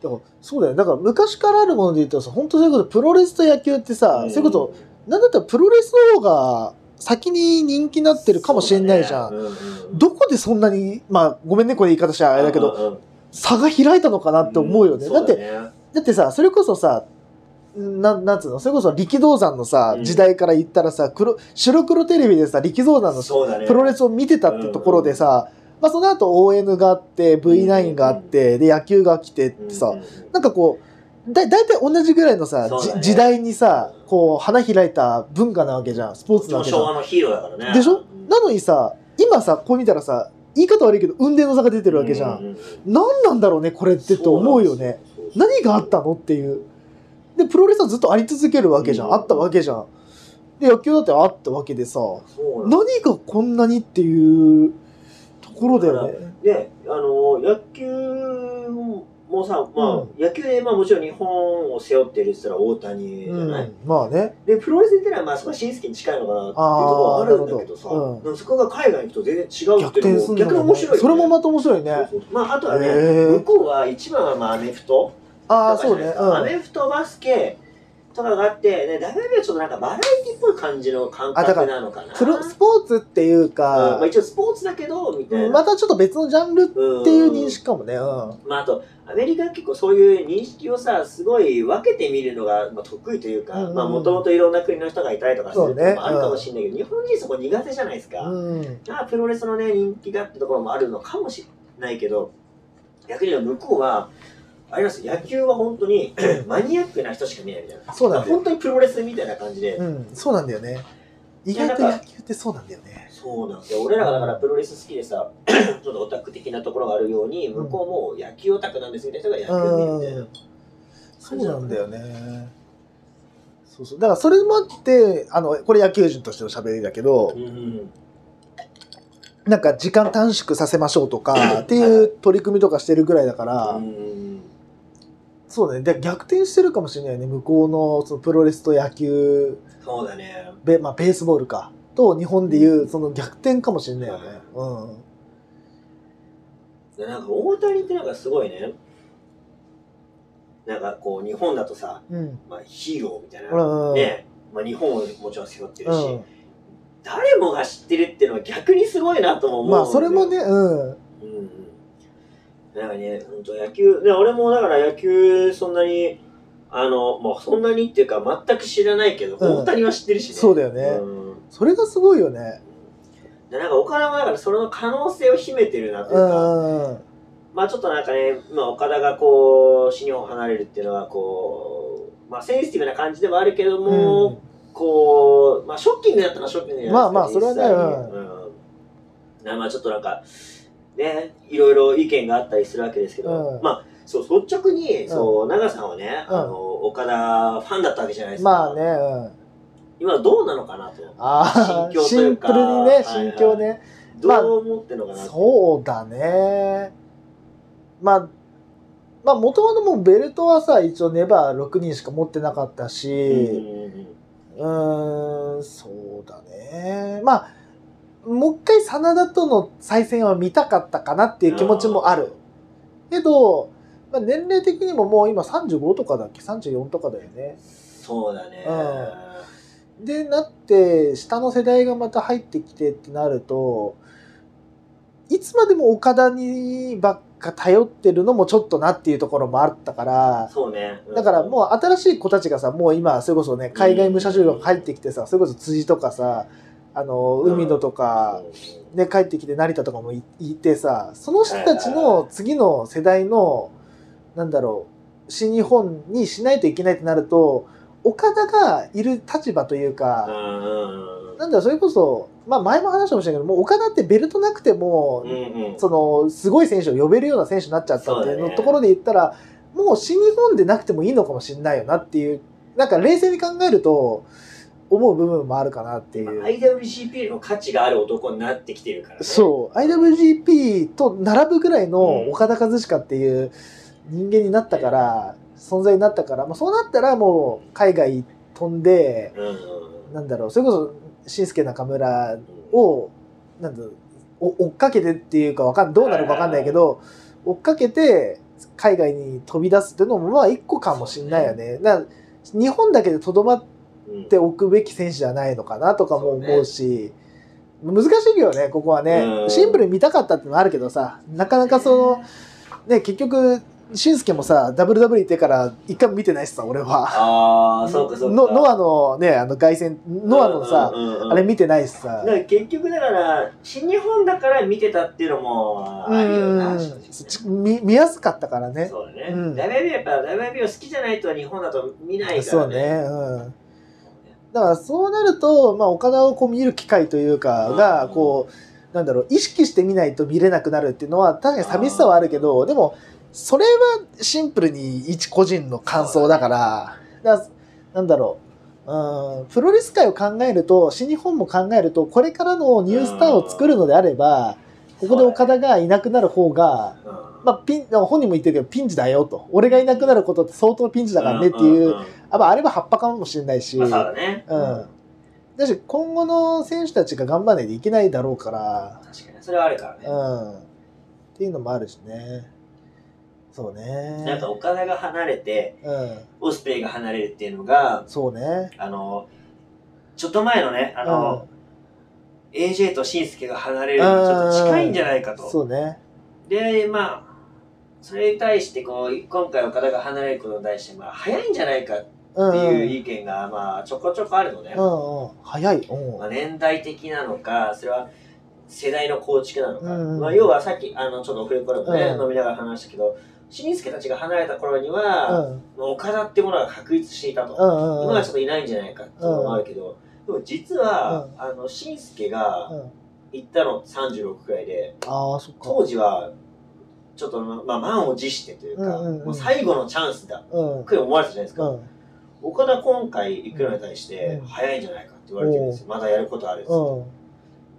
S4: でも、そうだよ。だから昔からあるもので言うとさ、本当そういうこと、プロレスと野球ってさ、そういうこと、なんだったらプロレスの方が先に人気になってるかもしれないじゃん。
S2: そうだねうんうん
S4: どこでそんなに、まあ、ごめんね、これ言い方しちゃあれだけど、
S2: うんうん
S4: 差が開いたのかなって思うよね。
S2: ん
S4: だ
S2: そ
S4: って、
S2: ね
S4: だってさ、それこそさ、ななんつうのそれこそ力道山のさ、
S2: うん
S4: 時代から言ったらさ黒白黒テレビでさ力道山の
S2: そうだね
S4: プロレスを見てたってところでさ、まあ、その後 ON があって V9 があって、で野球が来てってさ、
S2: うんうん
S4: なんかこうだ大体同じぐらいのさ、
S2: そう
S4: じ
S2: だね
S4: 時代にさこう花開いた文化なわけじゃんスポーツなわけじゃ
S2: 昭
S4: ん
S2: 和のヒーローだからね
S4: でしょ
S2: うん
S4: なのにさ今さこう見たらさ言い方悪いけど運転の差が出てるわけじゃん、
S2: ううう
S4: 何なんだろうねこれってと思うよね
S2: そうなんですよ
S4: 何があったのっていうでプロレスはずっとあり続けるわけじゃん、
S2: うん
S4: あったわけじゃんで野球だってあったわけでさ
S2: そうなんですよ
S4: 何がこんなにっていうところだよね
S2: で、あの野球もさ、まあ、
S4: うん
S2: 野球で、まあ、もちろん日本を背負ってるって言ったら大谷じゃ
S4: う
S2: ない、
S4: ん、まあね
S2: で、プロレスってのは、まあ、そこは親戚に近いのかなっていうところはあるんだけどさ、
S4: あーなるほどうん
S2: でもそこが海外に行くと全然違うっ
S4: 逆
S2: ていう
S4: 転
S2: の
S4: す
S2: も
S4: んだもんね
S2: 逆に面白いよね、
S4: それもまた面白いね
S2: そうそうまあ、あとはね、
S4: へー
S2: 向こうは一番はまあアメフト
S4: あ
S2: と
S4: あ
S2: かじゃ
S4: そう
S2: ない
S4: ね、
S2: ですか、
S4: うん、
S2: アメフト、バスケとかがあって、ね、WB はちょっとなんかバラエティっぽい感じの感
S4: あだか
S2: 覚な
S4: ら
S2: のかな。
S4: プロスポーツっていう
S2: うんま
S4: か
S2: あ、、一応スポーツだけど、みたいな。
S4: またちょっと別のジャンル
S2: っ
S4: っていう認識かもね、うん
S2: まあ、あとアメリカは結構そういう認識をさすごい分けて見るのがまあ得意というか
S4: うんうん
S2: もともといろんな国の人がいたりとかする
S4: そ
S2: の
S4: うね
S2: もあるかもしれないけど、日本人そこ苦手じゃないですか、
S4: うん
S2: まあプロレスのね人気がってところもあるのかもしれないけど逆に言えば向こうはあれなんですよ野球は本当に マニアックな人しか見ないみたいな
S4: そうなんだよ、
S2: 本当にプロレスみたいな感じで、
S4: うん、そうなんだよね意外と野球ってそうなんだよね
S2: そうなんで俺らがだからプロレス好きでさ ちょっとオタク的なところがあるように向こうも野球オタクなんですみたいな人が野球見るみたいな。
S4: うんそうなんだよねそうそうだからそれもあってあのこれ野球人としての喋りだけど
S2: うん
S4: なんか時間短縮させましょうとかっていう取り組みとかしてるぐらいだから、
S2: うん
S4: そうだねで逆転してるかもしれないね向こうのそのプロレスと野球
S2: そうだね。
S4: ベ,、まあ、ベースボールかと日本でいうその逆転かもしれないよね、うん、
S2: でなんか大谷ってなんかすごいね。なんかこう日本だとさ、
S4: うん。
S2: まあ、ヒーローみたいな、
S4: うんうん
S2: ねまあ、日本をもちろん背負ってるし、
S4: うん
S2: 誰もが知ってるっていうのは逆にすごいなとも思う
S4: まあ、
S2: んだよ
S4: それもね、、うん。
S2: うんうん、なんかね本当野球で俺もだから野球そんなにあの、まあ、そんなにっていうか全く知らないけど、
S4: うん
S2: 大谷は知ってるしね
S4: そうだよね
S2: うん
S4: それがすごいよね。
S2: でなんか岡田もだからそれの可能性を秘めてるなという
S4: う
S2: か、
S4: ん。うん
S2: まあちょっとなんかね、まあ、岡田がこう、新日本を離れるっていうのは、こう、まあセンシティブな感じではあるけども、こう、まあショッキングだったのはショッキングじゃないですか。
S4: まあまあそれはね
S2: 実際にうん。なまあちょっとなんか、ね、いろいろ意見があったりするわけですけど、
S4: うん
S2: まあ、そう、率直に、そう、長さんはね、
S4: うん
S2: あの、岡田ファンだったわけじゃないですか。
S4: まあね、うん。
S2: 今どうなのかなと。
S4: あ
S2: 心
S4: あ、
S2: 境と
S4: シ
S2: い
S4: ン
S2: う
S4: プ
S2: か
S4: ルにね、
S2: はいはい
S4: 心境ね。まあ
S2: どう思ってるのかなって
S4: そうだね。まあ、まあ、もともともうベルトはさ、一応ネバー6人しか持ってなかった
S2: うん
S4: し、
S2: うんうん
S4: うーん、そうだね。まあ、もう一回真田との再戦は見たかったかなっていう気持ちもある。けど、まあ、年齢的にももう今35とかだっけ ?34 とかだよね。
S2: そうだね。
S4: うで、なって、下の世代がまた入ってきてってなると、いつまでも岡田にばっか頼ってるのもちょっとなっていうところもあったから、
S2: そうね。うん
S4: だからもう新しい子たちがさ、もう今、それこそね、海外武者修行が入ってきてさ、それこそ辻とかさ、あの、
S2: うん
S4: 海野とか、ね、帰ってきて成田とかもいいてさその人たちの次の世代のなんだろう新日本にしないといけないってなると岡田がいる立場という
S2: う
S4: か、
S2: んうん
S4: なんだろうそれこそ、まあ、前も話したかもしれないけどもう岡田ってベルトなくても、
S2: うんうん
S4: そのすごい選手を呼べるような選手になっちゃったってい
S2: そう
S4: う
S2: だ
S4: の
S2: ね
S4: ところで言ったらもう新日本でなくてもいいのかもしれないよなっていうなんか冷静に考えると思う部分もあるかなってい
S2: まあ
S4: う。
S2: IWGP の価値がある男になってきてるからね
S4: そう、IWGP と並ぶぐらいの岡田和親っていう人間になったから、存在になったから、まあ、そうなったらもう海外飛んで、
S2: うんうん
S4: なんだろう、それこそ、新助中村を、なんだろうお追っかけてっていうかわかん、どうなるかわかんないけど、追っかけて、海外に飛び出すっていうのも、まあ、一個かもしんないよね。だから日本だけでとどまっ
S2: うん
S4: っておくべき選手じゃないのかなとかも思うし、難しいよね、ここは
S2: う
S4: ね。
S2: ん
S4: シンプルに見たかったってのもあるけどさ、なかなかその、ね、結局、俊介もさ、WW 行ってから一回も見てないしさ、俺は。
S2: ああそうかそうか
S4: のノアのね、あの凱旋、ノアのさ、
S2: うんうんうんうん
S4: あれ見てないしさ
S2: だか。ら結局だから新日本だから見てたっていうのもあるような
S4: う
S2: 話なん
S4: ん
S2: ですよね
S4: ち見見やすかったからね。
S2: そうだね、
S4: うん
S2: WB やっぱ WB を好きじゃないと日本だと見ないか
S4: そ
S2: ら
S4: う
S2: ね
S4: ね、うん。だからそうなると、まあ、岡田をこう見る機会というかが、
S2: うん
S4: こう、なんだろう、意識して見ないと見れなくなるっていうのは、確かに寂しさはあるけど、でも、それはシンプルに一個人の感想だから、だからなんだろう、うん、プロレス界を考えると、新日本も考えると、これからのニュースターを作るのであれば、ここで岡田がいなくなる方が、
S2: うん
S4: まあ、ピン、本人も言ってるけど、ピンチだよと。俺がいなくなることって相当ピンチだからねって
S2: ん
S4: い
S2: ん
S4: う、
S2: ん
S4: あまああれは葉っぱかもしれないし、
S2: まあそうだね
S4: うんだし今後の選手たちが頑張らないといけないだろうか
S2: 確かにそれはあるからね
S4: ら、うん、っていうのもあるしね。そうね。
S2: なんか岡田が離れて
S4: うん、
S2: オスプレイが離れるっていうのが
S4: そうね。
S2: あのちょっと前のねあの、AJ と紳助が離れるのにちょっと近いんじゃないか
S4: うん、
S2: と
S4: そうね。
S2: でまあそれに対してこう今回岡田が離れることに対してまあ早いんじゃないかって
S4: うんうん、
S2: いう意見がまあちょこちょこあるのね、
S4: うんうん、早い。うん
S2: まあ、年代的なのかそれは世代の構築なのか、
S4: うん
S2: まあ、要はさっきあのちょっと遅れ頃もね、
S4: うん
S2: 飲みながら話したけど新助たちが離れた頃には、
S4: うん
S2: まあ岡田ってものが確立していたと、
S4: うんうんうん
S2: 今はちょっといないんじゃないかっていうのもあるけど、でも実は、あの新助
S4: う
S2: が
S4: ん
S2: 行ったの36くらいで、
S4: ああ、そっか。
S2: 当時はちょっとままあ満を持してというか、
S4: うんうんうん
S2: もう最後のチャンスだ
S4: うん。うん
S2: くらい思われたじゃないですか、岡田今回行くのに対して
S4: うん
S2: 早いんじゃないかって言われてるんですよ、まだやることあるんですよ、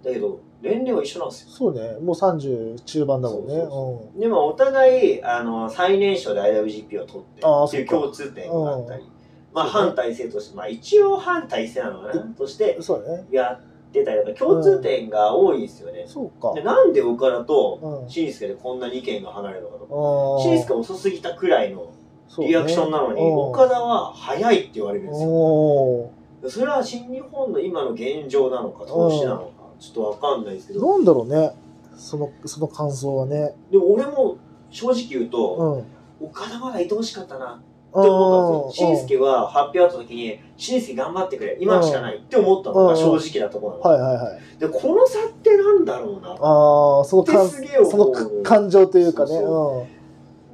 S4: うん、
S2: だけど年齢は一緒なんですよ
S4: そうね。もう30中盤だもんね。
S2: そううでもお互いあの最年少で IWGP を取って
S4: あー
S2: っていう
S4: そっか
S2: 共通点があったりまあ
S4: そうね
S2: 反体制としてまあ一応反体制なのかなとして
S4: ん。そうだね。
S2: やってたりとか共通点が多いんですよね、
S4: そうか。
S2: でなんで岡田と
S4: うん。
S2: 紳助でこんなに意見が離れるのかとかシンス
S4: あ
S2: が遅すぎたくらいの
S4: あ、
S2: リアクションなのに、岡
S4: 田
S2: 田は早いって言われるんですよ。
S4: おー
S2: それは新日本の今の現状なのか、投資なのか、ちょっとわかんないですけど、
S4: なんだろうね。その、その感想はね。
S2: でも俺も正直言う
S4: う
S2: と、
S4: ん。
S2: 岡田まだいてほしかったなって
S4: あ
S2: 思ったんですよ。
S4: ー
S2: シンスケは発表あった時に、シンスケ頑張ってくれ、今しかないって思ったのが正直なところな
S4: は
S2: の。
S4: いはいはい。
S2: で、この差ってなんだろうな。
S4: ああ、その感、
S2: ってすげえ思う
S4: その感情というかね。
S2: そう
S4: う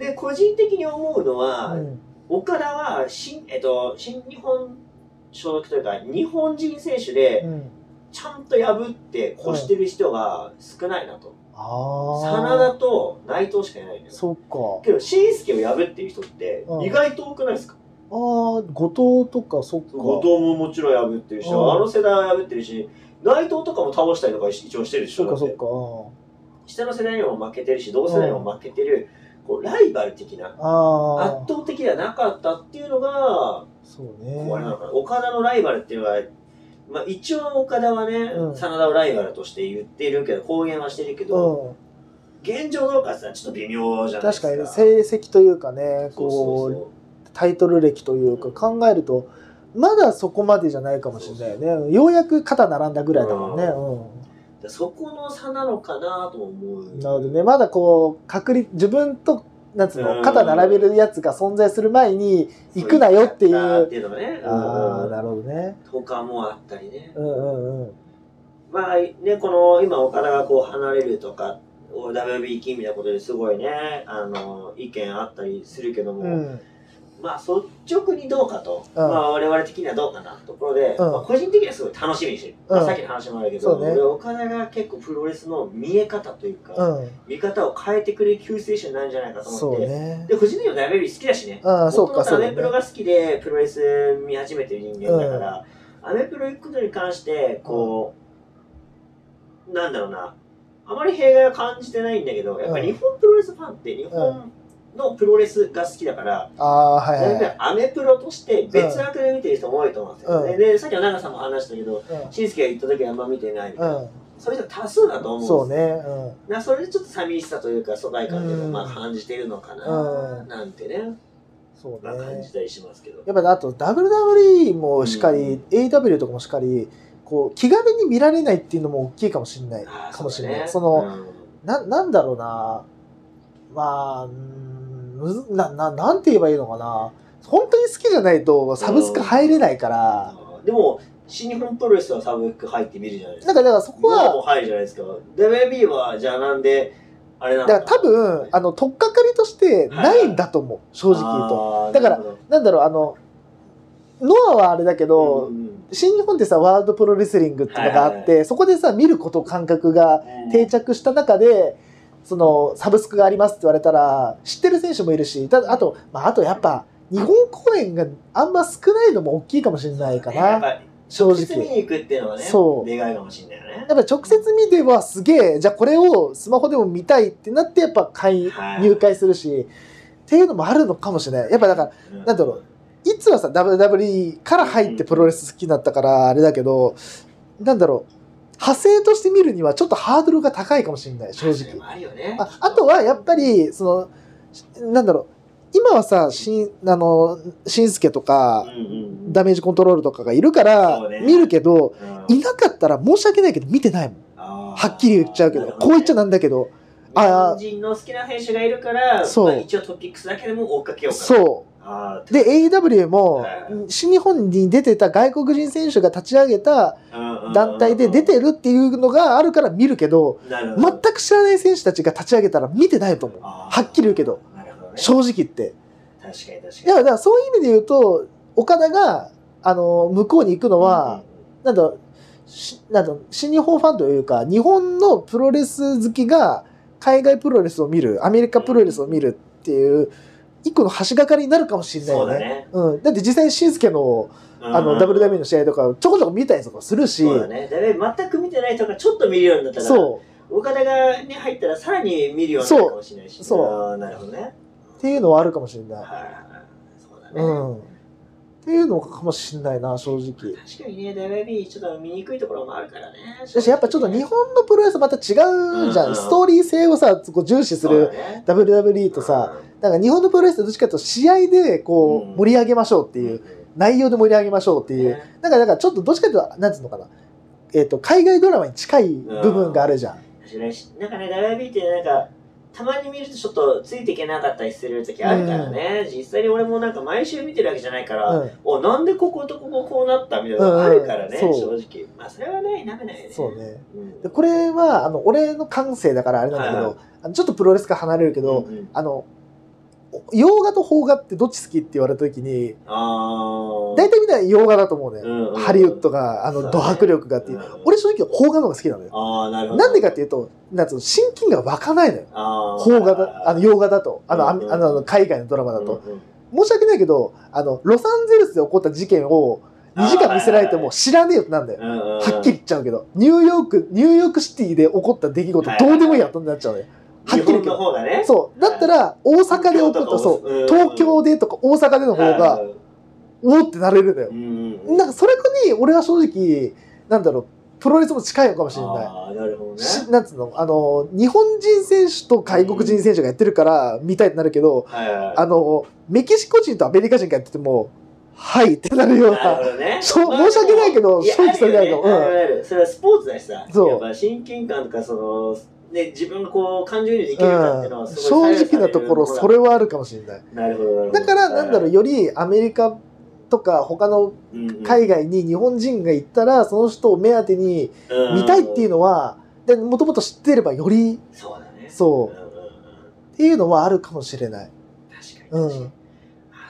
S2: で、個人的に思うのは、
S4: ん。
S2: 岡田は新、えっと、新日本所属というか、日本人選手で、
S4: うん。
S2: ちゃんと破って越してる人が少ないなと。真
S4: ああ。
S2: 田と内藤しかいないんだよ。
S4: そうか。
S2: けど、紳助を破ってる人って
S4: うん
S2: 意外と多くないですか、
S4: ああ、後藤とか、そっか。
S2: 後藤ももちろん破ってるし、
S4: うん
S2: あの世代は破ってるし、内藤とかも倒したりとか一応してるでし
S4: そ
S2: ょ
S4: っかそ
S2: だ
S4: っ
S2: って
S4: か。
S2: 下の世代にも負けてるし、同世代にも負けてる、こうライバル的な、
S4: ああ。
S2: 圧倒的ではなかったっていうのが、
S4: そう
S2: こ
S4: ね。
S2: うあれなのかな。岡田のライバルっていうのは、まあ、一応岡田はね、
S4: うん
S2: 真田をライバルとして言ってるけど、公言はしてるけど、
S4: うん。
S2: 現状どうかって言ったらちょっと微妙じゃないです
S4: 確
S2: か。
S4: かに、成績というかね、
S2: そうそう
S4: こ、
S2: そう
S4: タイトル歴というか、考えると、まだそこまでじゃないかもしれないよね。ようやく肩並んだぐらいだもんね。うん。
S2: う。そこの差なのかなとも思う。
S4: なのでね、まだこう、確率、自分と、なんつう
S2: う
S4: の、
S2: ん
S4: 肩並べるやつが存在する前に、
S2: そう
S4: 行くなよってい
S2: 行っ
S4: う。
S2: ていうのがね。
S4: ああ、
S2: うん
S4: なるほどね。
S2: とかもあったりね
S4: う。んうんうん。
S2: まあね、この今岡田がこう離れるとか、WB 金みたいなことですごいね、あの、意見あったりするけども、
S4: うん。
S2: まあ率直にどうかと、
S4: うん
S2: まあ我々的にはどうかなところで、
S4: うん
S2: まあ個人的にはすごい楽しみにしてる、
S4: うん
S2: まあ、さっきの話もあるけど、
S4: そうね
S2: 俺岡田が結構プロレスの見え方というか、
S4: うん。
S2: 見方を変えてくれる救世主になるんじゃないかと
S4: そ
S2: 思っ
S4: う
S2: て、
S4: ね。
S2: で藤野の w 好きだしね
S4: ああ、そうか、
S2: 元
S4: そ
S2: 々ア
S4: う
S2: メ
S4: だ
S2: プロ
S4: ね。
S2: が好きでプロレス見始めてる人間だから、アメプロ行くことに関してこう、なんだろうなあまり弊害は感じてないんだけどやっぱり日本プロレスファンって日本のプロレスが好きだから、
S4: ああ、はい
S2: な
S4: は
S2: ん
S4: いは
S2: か
S4: い。
S2: アメプロとして別枠で見てる人も多いと思うんですよね、
S4: うん
S2: でさっきの長さんも話したけど
S4: うん
S2: しんすけが行った時はあんま見てないみたいな、
S4: う
S2: そういう人多数だと
S4: ん。
S2: 思
S4: そ
S2: うん
S4: う
S2: です
S4: ね。うん。
S2: なそれでちょっと寂しさというか疎外感というか、
S4: うん
S2: まあ、感じてるのかな、
S4: うん
S2: なんてね、
S4: そう
S2: まあ、感
S4: ね
S2: じ。たりしますけど、
S4: やっぱりあと WWE もしっかり、
S2: うん
S4: AW とかもしっかりこう気軽に見られないっていうのも大きいかもしれない
S2: あー
S4: かもしれないそ,、
S2: うだ
S4: の、
S2: ね
S4: ななんだろうなまあうーんむずなななんて言えばいいのかな本当に好きじゃないとサブスク入れないから、
S2: うんでも新日本プロレスはサブック入ってみるじゃないです
S4: な
S2: か
S4: んかだからそこ
S2: ノア
S4: は
S2: も入るじゃないですか WB はじゃあなんであれな
S4: だ
S2: ん
S4: か
S2: だ
S4: ら多分あの取っかかりとしてないんだと思う正直言うと。
S2: あー
S4: だから
S2: なるほど
S4: なんだろうあのノアはあれだけど、
S2: うんうん
S4: 新日本ってさワールドプロレスリングっていうのがあって、
S2: は
S4: そこでさ見ること感覚が定着した中でそのサブスクがありますって言われたら知ってる選手もいるしただあと、まあ、あとやっぱ日本公演があんま少ないのも大きいかもしれないか
S2: ねやっ
S4: な
S2: ぱ
S4: 正
S2: 直接見
S4: 直。
S2: に行くっていうのはね
S4: そう
S2: 願いかもしれないよね
S4: やっぱ直接見てはすげえじゃあこれをスマホでも見たいってなってやっぱ買い
S2: はい
S4: 入会するしっていうのもあるのかもしれないやっぱだから
S2: うん
S4: なんだろういつはさ WWE から入ってプロレス好きになったからあれだけどなんだろう派生として見るにはちょっとハードルが高いかもしれない正
S2: それ
S4: 直
S2: もあるよね
S4: ああとはやっぱりそのなんだろう今はさしんあのしんすけと
S2: うん
S4: か
S2: うん
S4: ダメージコントロールとかがいるか
S2: そう
S4: ら
S2: ね
S4: 見るけど
S2: うん
S4: いなかったら申し訳ないけど見てないもん
S2: あー
S4: はっきり言っちゃうけど
S2: なるほ
S4: こう
S2: ね
S4: 言っちゃなんだけど
S2: 日
S4: あ
S2: 本
S4: ー
S2: 人の好きな選手がいるから、
S4: そう
S2: まあ、一応トピックスだけでも追っかけようかな
S4: そう
S2: あー
S4: で AEW も
S2: はい
S4: 新日本に出てた外国人選手が立ち上げた団体で出てるっていうのがあるから見るけど
S2: なるほど
S4: 全く知らない選手たちが立ち上げたら見てないと思う
S2: あー
S4: はっきり言うけど
S2: なるほどね
S4: 正直言って
S2: 確かに確かに
S4: いやだからそういう意味で言うと岡田があの向こうに行くのは、なんだしなんだ新日本ファンというか日本のプロレス好きが海外プロレスを見るアメリカプロレスを見るっていう一個の橋がかりになるかもしれない
S2: そ
S4: よ
S2: うだ
S4: ね。
S2: ね、
S4: うん、だって実際しんすけのあの、WWE の試合とかちょこちょこ見たりとかするし、
S2: そうだねだ全く見てない人がちょっと見るようになったら
S4: そう
S2: 岡田が、ね、入ったらさらに見るようになるかもしれないし
S4: そう
S2: あーなるほどね
S4: っていうのはあるかもしれな
S2: は
S4: い。
S2: いはいはいそうだね、
S4: うん。っていうのかもしれないな、正直。
S2: 確かにね WWE ちょっと見にくいところもあるからね
S4: だし、やっぱちょっと日本のプロレスまた違うじゃん。
S2: うんうん
S4: ストーリー性をさ、こう重視す
S2: そうだ
S4: る
S2: ね
S4: WWE とさ、なんか日本のプロレスってどっちかというと試合でこ
S2: うん
S4: う盛り上げましょうっていう、内容で盛り上げましょうっていう、
S2: ね
S4: なんか、なんかちょっとどっちかというと、なんつうのかな。えっ、と、海外ドラマに近い部分があるじゃん。
S2: 知らないしなんかね WB ってなんかたまに見るとちょっとついていけなかったりする時あるからね、実際に俺もなんか毎週見てるわけじゃないから、
S4: うん。
S2: おなんでこことこここうなったみたいなのがあるからね、
S4: うんうん
S2: 正
S4: そ
S2: 直まあそれはね否めないよね
S4: そうね。
S2: うん
S4: でこれはあの俺の感性だからあれなんだけ
S2: はい
S4: ど、
S2: は
S4: あのちょっとプロレスから離れるけど、
S2: うんうん
S4: あのお洋画と邦画ってどっち好きって言われた時に
S2: あ
S4: 大体みんな洋画だと思うね、
S2: 体
S4: ハリウッドがあ
S2: そう
S4: の
S2: だね
S4: ド迫力がっていう、俺正直邦画の方が好きなのよ、
S2: ああなるほど
S4: なんでかって
S2: いう
S4: いうとなんつうの親近感が湧かないのよ
S2: あー
S4: 邦画だあの洋画だとあの,アメ、
S2: うんうん
S4: あの海外のドラマだと、
S2: うんうん
S4: 申し訳ないけどあのロサンゼルスで起こった事件を2時間見せられても知らねえよってなんだよ
S2: うんうんうん
S4: はっきり言っちゃうけど、ニューヨーク、ニューヨークシティで起こった出来事
S2: はい、
S4: どうでもいいやとなっちゃうのよ。はっき
S2: 日本
S4: り言うけ
S2: の
S4: ど。
S2: 方がね
S4: そう。だったら、大阪で起こった、そう。
S2: うんうん
S4: 東京でとか大阪での方が、おおってなれるんだよ
S2: う。んうん
S4: なんか、それに、俺は正直、なんだろう、プロレスも近いのかもしれな
S2: ああなるほど
S4: い。
S2: ね
S4: しなんつうのあの、日本人選手と外国人選手がやってるから、見たいってなるけど、
S2: はいはい
S4: あの、メキシコ人とアメリカ人がやってても、はいってなるよう
S2: な
S4: な
S2: る。ほどね。
S4: そう申し訳ないけど
S2: いや
S4: 正直それないの
S2: あるよね
S4: うん
S2: あるあるそれはスポーツだしさ、
S4: そう
S2: やっぱ親近感とか、その、ね、自分がこう、感情移入でき
S4: う
S2: るかっていうの
S4: ん
S2: は、すごい
S4: 正直なところ、それはあるかもしれない。
S2: なるほど、なるほど。
S4: だから、なんだろう、よりアメリカとか他の
S2: うんうん、
S4: 海外に日本人が行ったら、その人を目当てに見たいっていう
S2: の。
S4: のは、で、もともと知ってればより、
S2: そうだね。
S4: そ
S2: うんうんうん
S4: う、っていうのはあるかもしれない。
S2: 確かに。
S4: う
S2: 確かに
S4: ん。
S2: あ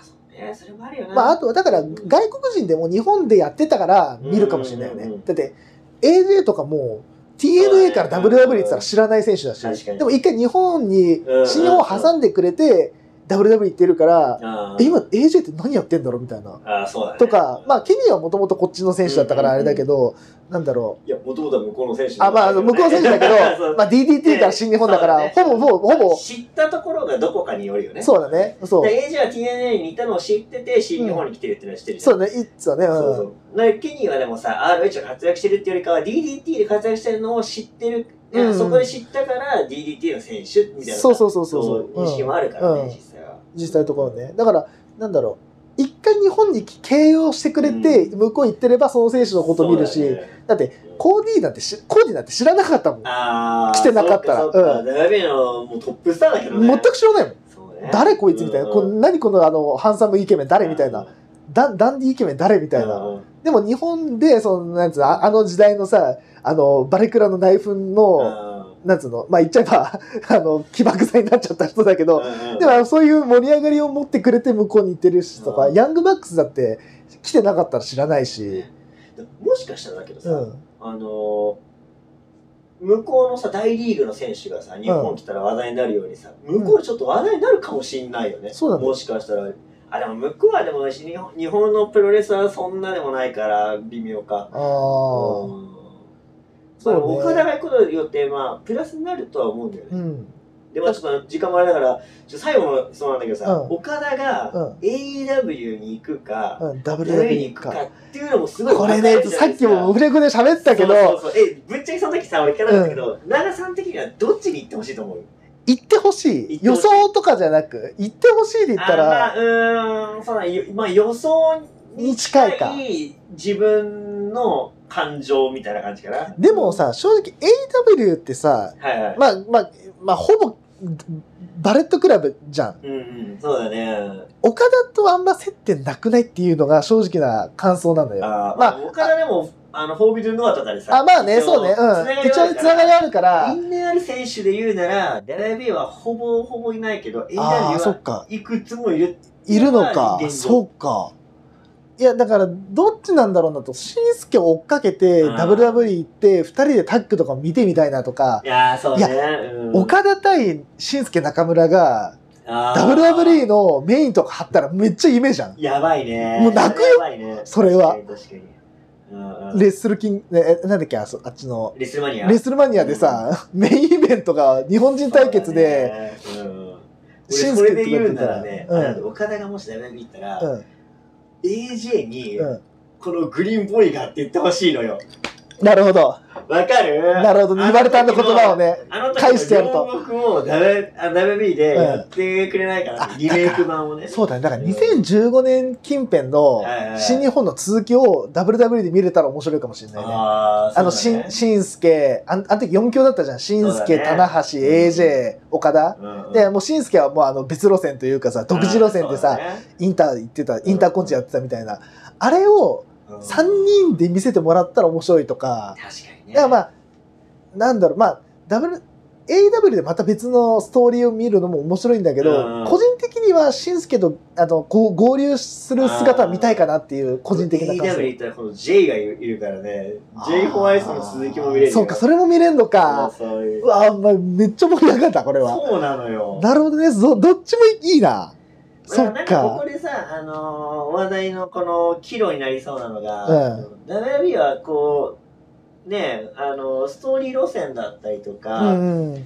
S2: そうね、それもあるよな。
S4: まあ、あとはだから外国人でも日本でやってたから見るかもしれないよね、
S2: うんうんうん
S4: だって AJ とかもう TNA から WW って言ったら知らない選手だし、
S2: うんうん確かに
S4: でも一回日本に
S2: うんうん
S4: 新日本を挟んでくれて WW 行ってるから、
S2: あ
S4: え今 AJ って何やってんだろうみたいな
S2: ああ、そうだね。
S4: とか、まあ、ケニーはもともとこっちの選手だったからあれだけど、なんだろう
S2: いや、もともとは向こうの選手
S4: あまあ向こうの選手だけ
S2: そう
S4: ど、まあ、DDT から新日本だから、
S2: そうだね
S4: ほぼほぼほぼ
S2: 知ったところがどこかによるよね。
S4: そうだねそう
S2: でエイジは TNA にいたのを知ってて、新日本に来てるってのは知ってるじゃ
S4: そ
S2: ん。
S4: うだねいつはねうん
S2: そうそう。だからケニーはでもさ、RH が活躍してるっていうよりかは、DDT で活躍してるのを知ってる、いや
S4: うん
S2: そこで知ったから、DDT の選手みたいな。
S4: そうそうそうそうそう
S2: 認識もあるからね、
S4: うん
S2: 実際は。
S4: 実際のところねだからなんだろう一回日本に経由してくれて、向こう行ってればその選手のこと見るし
S2: そ
S4: だ,、
S2: うだね
S4: ってコーディーなんてしコーディーなんて知らなかったもん
S2: あー
S4: 来てなかったら
S2: そうかそうか
S4: う
S2: ダメのもうトップスターだけどね
S4: 全く知らないもん
S2: そうね
S4: 誰こいつみたいな、
S2: うん
S4: こう何このあのハンサムイケメン誰みたい
S2: うん
S4: な、ダンダンディイケメン誰みたいな、でも日本でそのなんつうのああの時代のさあのバレクラの内紛
S2: うん
S4: の、なんつうのまあ言っちゃえばあの起爆剤になっちゃった人だけど、
S2: うん
S4: でもそういう盛り上がりを持ってくれて向こうに行ってるしとか、
S2: うん
S4: ヤングバックスだって来てなかったら知らないし、
S2: もしかしたらだけどさ、
S4: うん、
S2: あのー向こうのさ大リーグの選手がさ日本来たら話題になるようにさ、向こうちょっと話題になるかもしれないよね、
S4: そうだね
S2: もしかしたらあでも向こうはでも日本日本のプロレスはそんなでもないから微妙か
S4: あー
S2: うん
S4: そ
S2: ま
S4: う
S2: あお
S4: ね
S2: 札が行くことによってまあプラスになるとは思うんだよね、
S4: うん
S2: でまあちょっと時間もあれだからちょ最後のそうなんだけどさ、
S4: うん
S2: 岡田が
S4: うん
S2: AEW に行くか、
S4: うん
S2: WWE に
S4: WWE
S2: 行くか
S4: か
S2: っていうのもすごい
S4: これねさっきもオ
S2: っ
S4: フレコで喋ったけど
S2: そうそうそうえぶっちゃけその時さ俺聞かなかったけど、奈良さん的にはどっちに行ってほしいと思う
S4: 行ってほしい
S2: 行って
S4: 予
S2: ほしい
S4: 想とかじゃなく行ってほしいで言った
S2: あ
S4: ら
S2: ーまあうーんそうだよまあ予想に近
S4: に
S2: い
S4: 近
S2: 自分の感情みたいな感じかな
S4: でもさ正直 AW ってさ
S2: はいはい、
S4: まあまあまあほぼバレットクラブじゃん
S2: うんうんそうだね
S4: 岡田とあんま接点なくないっていうのが正直な感想なのよ
S2: あー
S4: ま
S2: ま
S4: あ
S2: あ岡田でもあのフォービドゥンドアとかでさ
S4: あまあね
S2: 一応
S4: そうね
S2: つなが
S4: うん
S2: り
S4: 一
S2: はあ
S4: 応
S2: る
S4: つ
S2: か
S4: ながり
S2: ら
S4: あるから
S2: 因縁ある選手で言うなら WB はほぼほぼいないけど AW
S4: ああそ
S2: は
S4: っか
S2: いくつもいる
S4: いるのか
S2: 現状
S4: そうかいやだからどっちなんだろうなとしんすけを追っかけて
S2: うん
S4: WW 行って2人でタッグとか見てみたいなとか
S2: いやーそうねうん
S4: 岡田対しんすけ中村が
S2: あー
S4: WW のメインとか貼ったらめっちゃ夢じゃん
S2: やばいね
S4: もう泣くよ
S2: やばいね
S4: それは
S2: 確かに確かにうんうん
S4: レッスルキングえなんだっけあそあっちの
S2: レスルマニア
S4: レスルマニアでさメインイベントが日本人対決で
S2: そうだねうん
S4: シ
S2: 俺
S4: ン
S2: そ
S4: スケ
S2: れで言う
S4: とかやって
S2: な
S4: たら
S2: らね、
S4: うん
S2: あの岡田がもし WB 行ったら、
S4: うん
S2: AJ に、
S4: うん
S2: このグリーンボーイがって言ってほしいのよ。
S4: なるほど
S2: わかる
S4: なるほど言われたんの言葉をね
S2: あの
S4: 返し
S2: 時
S4: てや
S2: の
S4: ると
S2: 両国を W- あ WB でやってくれないかなって、
S4: うん
S2: リメイク版をね。
S4: そうだね。だから2015年近辺の
S2: はいはいはい
S4: 新日本の続きを WW で見れたら面白いかもしれないね。
S2: あー
S4: あの、
S2: そ
S4: し
S2: うだね
S4: ん、しんすけ、あんあの時4強だったじゃん。しんすけ、
S2: そうだね
S4: 棚橋、AJ、岡田。
S2: うんうん
S4: で、もうしんすけはもうあの別路線というかさ、独自路線で
S2: あ
S4: さ、
S2: ー
S4: インター行ってた、インターコンチやってたみたいな。あれ
S2: そうだ
S4: を
S2: ね
S4: 3人で見せてもらったら面白いとか。
S2: 確かにね。
S4: だからまあ、なんだろう、まあ、W、AW でまた別のストーリーを見るのも面白いんだけ
S2: う
S4: ど、
S2: ん
S4: 個人的には、しんすけとあのこう合流する姿は見たいかなっていう、個人的な
S2: AW
S4: 感
S2: 言
S4: 想。
S2: ったらこの J がいるからね。J ホワイトの鈴木も見れるよ。
S4: そうか、それも見れんのか。
S2: そうそういう
S4: うわ、まあ、めっちゃ盛り上がった、これは。
S2: そうなのよ。
S4: なるほどね、どどっちもいいな。そ
S2: な
S4: っ
S2: んかこ
S4: か
S2: こ。でさ、あのー話題のこの岐路になりそうなのが、
S4: う
S2: WB はこう、ねあのーストーリー路線だったりと
S4: う
S2: か、
S4: んうん。
S2: っ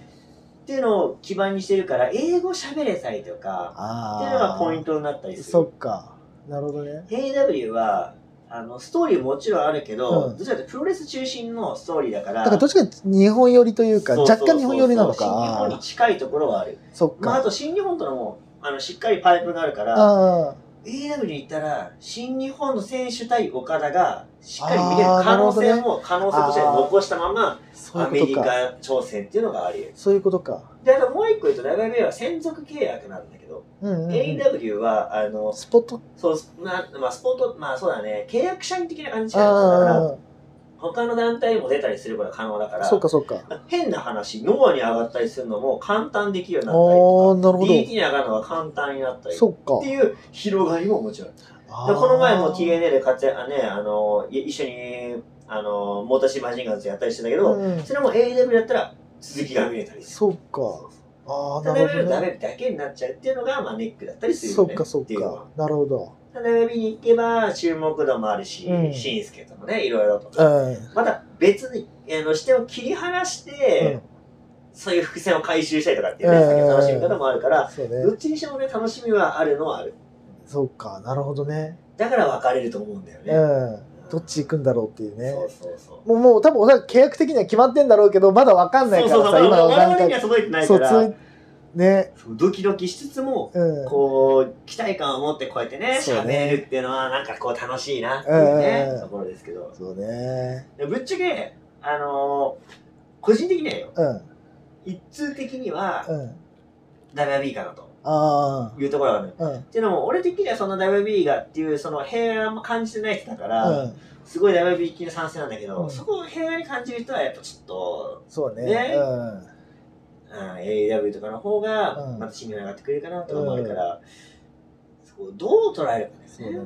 S2: ていうのを基盤にしてるから、英語喋れたりとか、っていうのが
S4: あ
S2: ポイン
S4: あ。
S2: トになったりす
S4: そ
S2: る
S4: っ。か。なるほどね。
S2: AW は、あの、ストーリーももちろんあるけど、
S4: うん
S2: どちらかというとプロレス中心のストーリーだから、
S4: だからどっちかっていうと日本寄りというか、
S2: そうそう
S4: 若
S2: そうそう
S4: 干日本寄りなのか。
S2: 新日本に近いところはある。
S4: そっ
S2: まあ、あ
S4: か。
S2: と新日本とのも、あの、しっかりパイプがあるから、
S4: ああ。
S2: AW に行ったら、新日本の選手対岡田が、しっかり見れる
S4: あー
S2: 可能
S4: な
S2: 性
S4: るほ
S2: も、可能性として残したまま、
S4: そう
S2: ア
S4: い
S2: メ
S4: うこ
S2: リ
S4: とか。
S2: カ挑戦っていうのがあり得る。
S4: そういうことか。
S2: で、あともう一個言うと、WB は専属契約なんだけど、
S4: うんうんうん
S2: AW は、あの、
S4: スポット
S2: そう、まあ、まあ、スポート、まあそうだね、契約社員的な感じ
S4: あ
S2: だから、
S4: あ
S2: 他他の団体にも出たりすることが可能だから、
S4: そうかそうか。
S2: 変な話、ノアに上がったりするのも簡単できるように
S4: ああ
S2: なったりと
S4: ー、な
S2: か、
S4: るほ
S2: DT
S4: ど。
S2: に上がるのが簡単になったり
S4: そ
S2: っ
S4: っか
S2: て。いう広がりももちろんある。
S4: あ
S2: で
S4: ー
S2: この前も TNA で活躍、あね、あの、い一緒に、あの、モーターシーマジンガンズやったりしてたけど、
S4: うん
S2: それも AEW やったら続きが見れたりする。
S4: そうか。ああ、なるほ
S2: WWE
S4: ど
S2: ダ
S4: ね。
S2: メだけになっちゃうっていうのが、まあ、ネックだったりする
S4: そ
S2: よ
S4: う
S2: ね。
S4: かそう
S2: っていうのは
S4: か。なるほど。
S2: WWE に行けば注目度もあるし、
S4: うん
S2: しんすけともね、いろいろと
S4: う
S2: か。
S4: ん。
S2: また別に、あの、視点を切り離して、そういう伏線を回収したりとかっていうね、
S4: うん
S2: 楽しみ方もあるから、
S4: そう
S2: ど
S4: ね。
S2: っちにしてもね、楽しみはあるのはある。
S4: そうか。なるほどね。
S2: だから分かれると思うんだよね。
S4: うん。どっち行くんだろうっていうね。
S2: そうそうそう。
S4: もうもう多分おそらく契約的には決まってんだろうけどまだわかんないか
S2: そう
S4: ら
S2: そうそ
S4: さ
S2: う
S4: 今の
S2: 我
S4: 段
S2: 々には
S4: 階
S2: 届いてないか
S4: そう
S2: ら、
S4: ついね
S2: そうドキドキしつつも、
S4: うん
S2: こう、期待感を持ってこうやってね、
S4: そう
S2: 喋、
S4: ね
S2: るっていうのは、なんかこう楽しいなっていうね
S4: う、ん
S2: ところですけど。
S4: そうね
S2: でぶっちゃけ、あのー個人的にはよ、
S4: うん
S2: 一通的には、
S4: うん
S2: ダイビーかなと
S4: あ
S2: いうところがある。
S4: あうん
S2: っていうのも、俺的にはそのダイビーがっていう、その平和も感じてない人だから、
S4: うん
S2: すごいダイビー級の賛成なんだけど、
S4: うん
S2: そこを平和に感じる人は、やっぱちょっと、
S4: そうね
S2: ね
S4: うん
S2: うん、AEW とかの方
S4: う
S2: が、
S4: ん
S2: また信用上がってくれるかなとかもあるから、そこをどう捉えるかです
S4: そう
S2: ね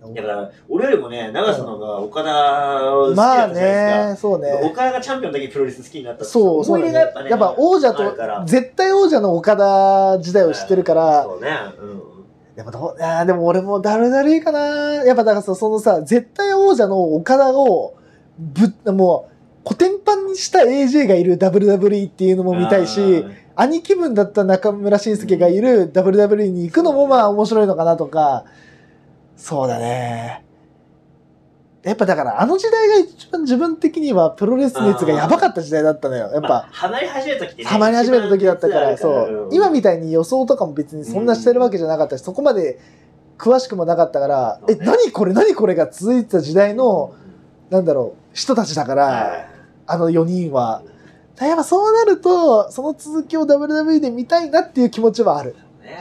S4: だ。ね
S2: だから、俺よりもね、長瀬の方が岡田を好き
S4: ま
S2: だ
S4: あ
S2: ったじゃないですか。
S4: ねそうね
S2: 岡田がチャンピオンだけにプロレス好きになった
S4: そうそ
S2: 思
S4: う
S2: い
S4: だ
S2: 出がや
S4: ね
S2: っぱね
S4: やっぱ王者
S2: あ
S4: と
S2: るから
S4: 絶対王者の岡田時代を知ってるから
S2: そうねうん
S4: でもどうあーでも俺もダルダルいいかなやっぱだからさそのさ絶対王者の岡田をぶっもうコテンパンにした AJ がいる WWE っていうのも見たいし兄貴分だった中村俊輔がいる WWE に行くのもまあ面白いのかなとかそうだねやっぱだからあの時代が一番自分的にはプロレス熱がやばかった時代だったのよや
S2: や
S4: っぱ
S2: ハマり始めた時ってね
S4: ハマり始めた時だったから、そう。今み
S2: た
S4: たいに予想とかも別にそんなしてるわけじゃなかったし、そこまで詳しくもなかったから、
S2: そう
S4: え、
S2: ね
S4: 何これ何これが続いてた時代の、なんだろう、人たちだから、あの4人は。だからやっぱそうなると、その続きを WWE で見たいなっていう気持ちはある。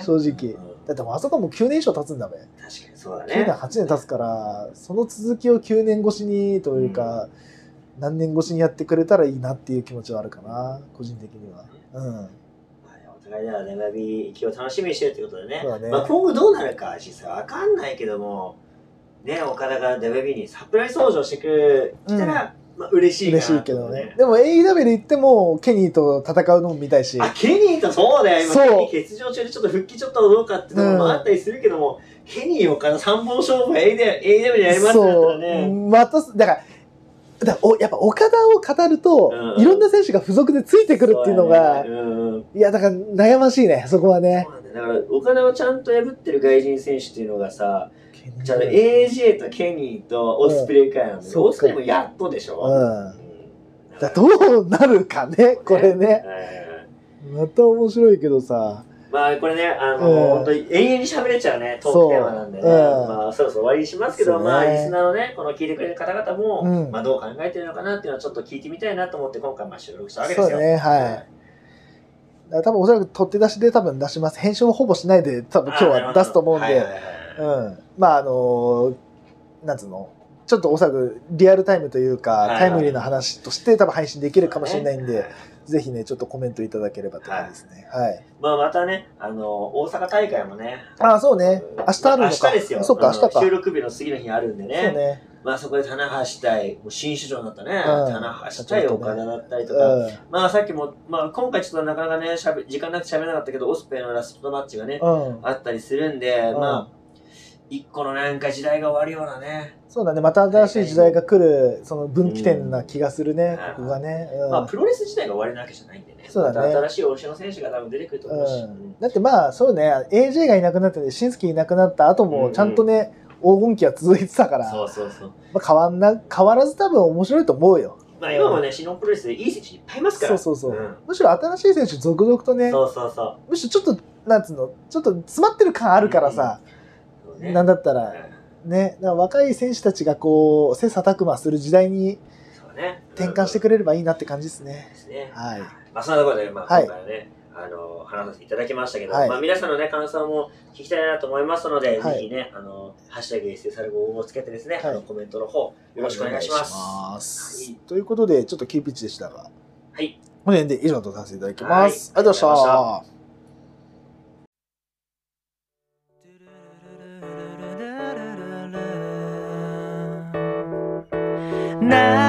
S4: 正直だってもうあそこも9年以上経つんだべ。
S2: 確かにそうだ
S4: 9
S2: ね
S4: 年、8年経つから、その続きを9年越しにというか、何年越しにやってくれたらいいなっていう気持ちはあるかな、個人的には。うん。
S2: まあねお互いではねラビ行きを楽しみにしてるってことでね
S4: そうだね
S2: まあ、今後どうなるか実際わかんないけどもね岡田がデベビにサプライズ登場してくる来たら、まあ嬉しいかな
S4: 嬉しいけどね。でも AEW で行っても、ケニーと戦うのも見たいし。
S2: あケニーとそうだよ今
S4: そう
S2: ケニー欠場中でちょっと復帰ちょっとどうかってところもあったりするけども、ケニーをかの三本勝負 AW でやりますってなった
S4: そ
S2: らね
S4: う。また、だから、だからおやっぱ岡田を語ると、
S2: うん
S4: いろんな選手が付属でついてくるっていうの
S2: そうだ
S4: が、
S2: ねうん
S4: いや、だから悩ましいね、そこはね
S2: そ。うなんだよだから岡田をちゃんと破ってる外人選手っていうのがさ
S4: ケニー
S2: じゃあね AJ とケニーとオスプレイかなんで、
S4: うん
S2: オスプレイもやっとでしょ、
S4: うん。
S2: うん
S4: だからどうなるかね、これね。
S2: うん
S4: また面白いけどさ。
S2: まあこれね、あの、
S4: うん
S2: 本当に永遠に喋れちゃうね、トークテーマなんでね、
S4: そううん
S2: まあそろそろ終わりにしますけど、
S4: そうね
S2: まあリスナーのね、この聞いてくれる方々も、
S4: うん
S2: まあどう考えてるのかなっていうのはちょっと聞いてみたいなと思って今回まあ収録したわけです
S4: そ
S2: よ。
S4: うね、はい。だから多分おそらく取って出しで多分出します。編集もほぼしないで多分今日は出すと思うんで。
S2: あーなるほどはいはいはい
S4: うん、まああのなんつうのちょっとおそらくリアルタイムというか、
S2: いはい
S4: タイムリーな話として多分配信できるかもしれないんで、ぜひねちょっとコメントいただければと思いますねはい、
S2: まあまたね、あの、大阪大会もね、
S4: ああそうね明日あるのか
S2: 明日ですよ。
S4: そうか明日
S2: あ
S4: か
S2: の収録日の次の日にあるんでね。
S4: そうね
S2: まあそこで棚橋対、もう新首長になったね。
S4: うん
S2: 棚橋対岡田だったりとか、
S4: うん
S2: まあさっきも、まあ今回ちょっとなかなかね、しゃべ時間なく喋れなかったけど、オスペイのラストマッチがね、
S4: うん
S2: あったりするんで、
S4: うん
S2: まあ、一個のなんか時代が終わるようなね、
S4: そうだねまた新しい時代が来るその分岐点な気がするね、
S2: うん
S4: ここがね、うん
S2: まあプロレス自体が終わりなわけじゃないんでね、
S4: そうだね
S2: また新しい大城の選手が多分出てくると思うし、
S4: うんだってまあそうね AJ がいなくなってしんすけいなくなった後もちゃんとね、黄金期は続いてたから、
S2: そうそうそう。
S4: まあ、変わんな変わらず多分面白いと思うよ
S2: まあ今もね、新日本プロレスでいい選手いっぱいいますから。
S4: そうそうそう、
S2: ん
S4: むしろ新しい選手続々とね
S2: そうそうそう。
S4: むしろちょっとなんつうのちょっと詰まってる感あるからさ、
S2: そうね
S4: なんだった
S2: うん
S4: らねだから若い選手たちがこう切磋琢磨する時代に
S2: そうね。
S4: 転換して
S2: る。
S4: くれればいいなって感じですね
S2: ですね。
S4: はい
S2: まあそんなところで、まあ
S4: はい
S2: 今回はね、あの話させていただきましたけど、
S4: はい
S2: まあ、皆さんの、ね、感想も聞きたいなと思いますので、
S4: はい
S2: ぜひね、あのハッシュタグ s s r 5をつけてですね、
S4: はい
S2: あのコメントの方、よろしくお願いします。
S4: お願いします
S2: はい
S4: ということで、ちょっと急ピッチでしたが、
S2: はい、
S4: この辺で以上とさせていただきます。
S2: はい
S4: ありがとうございました。
S5: 「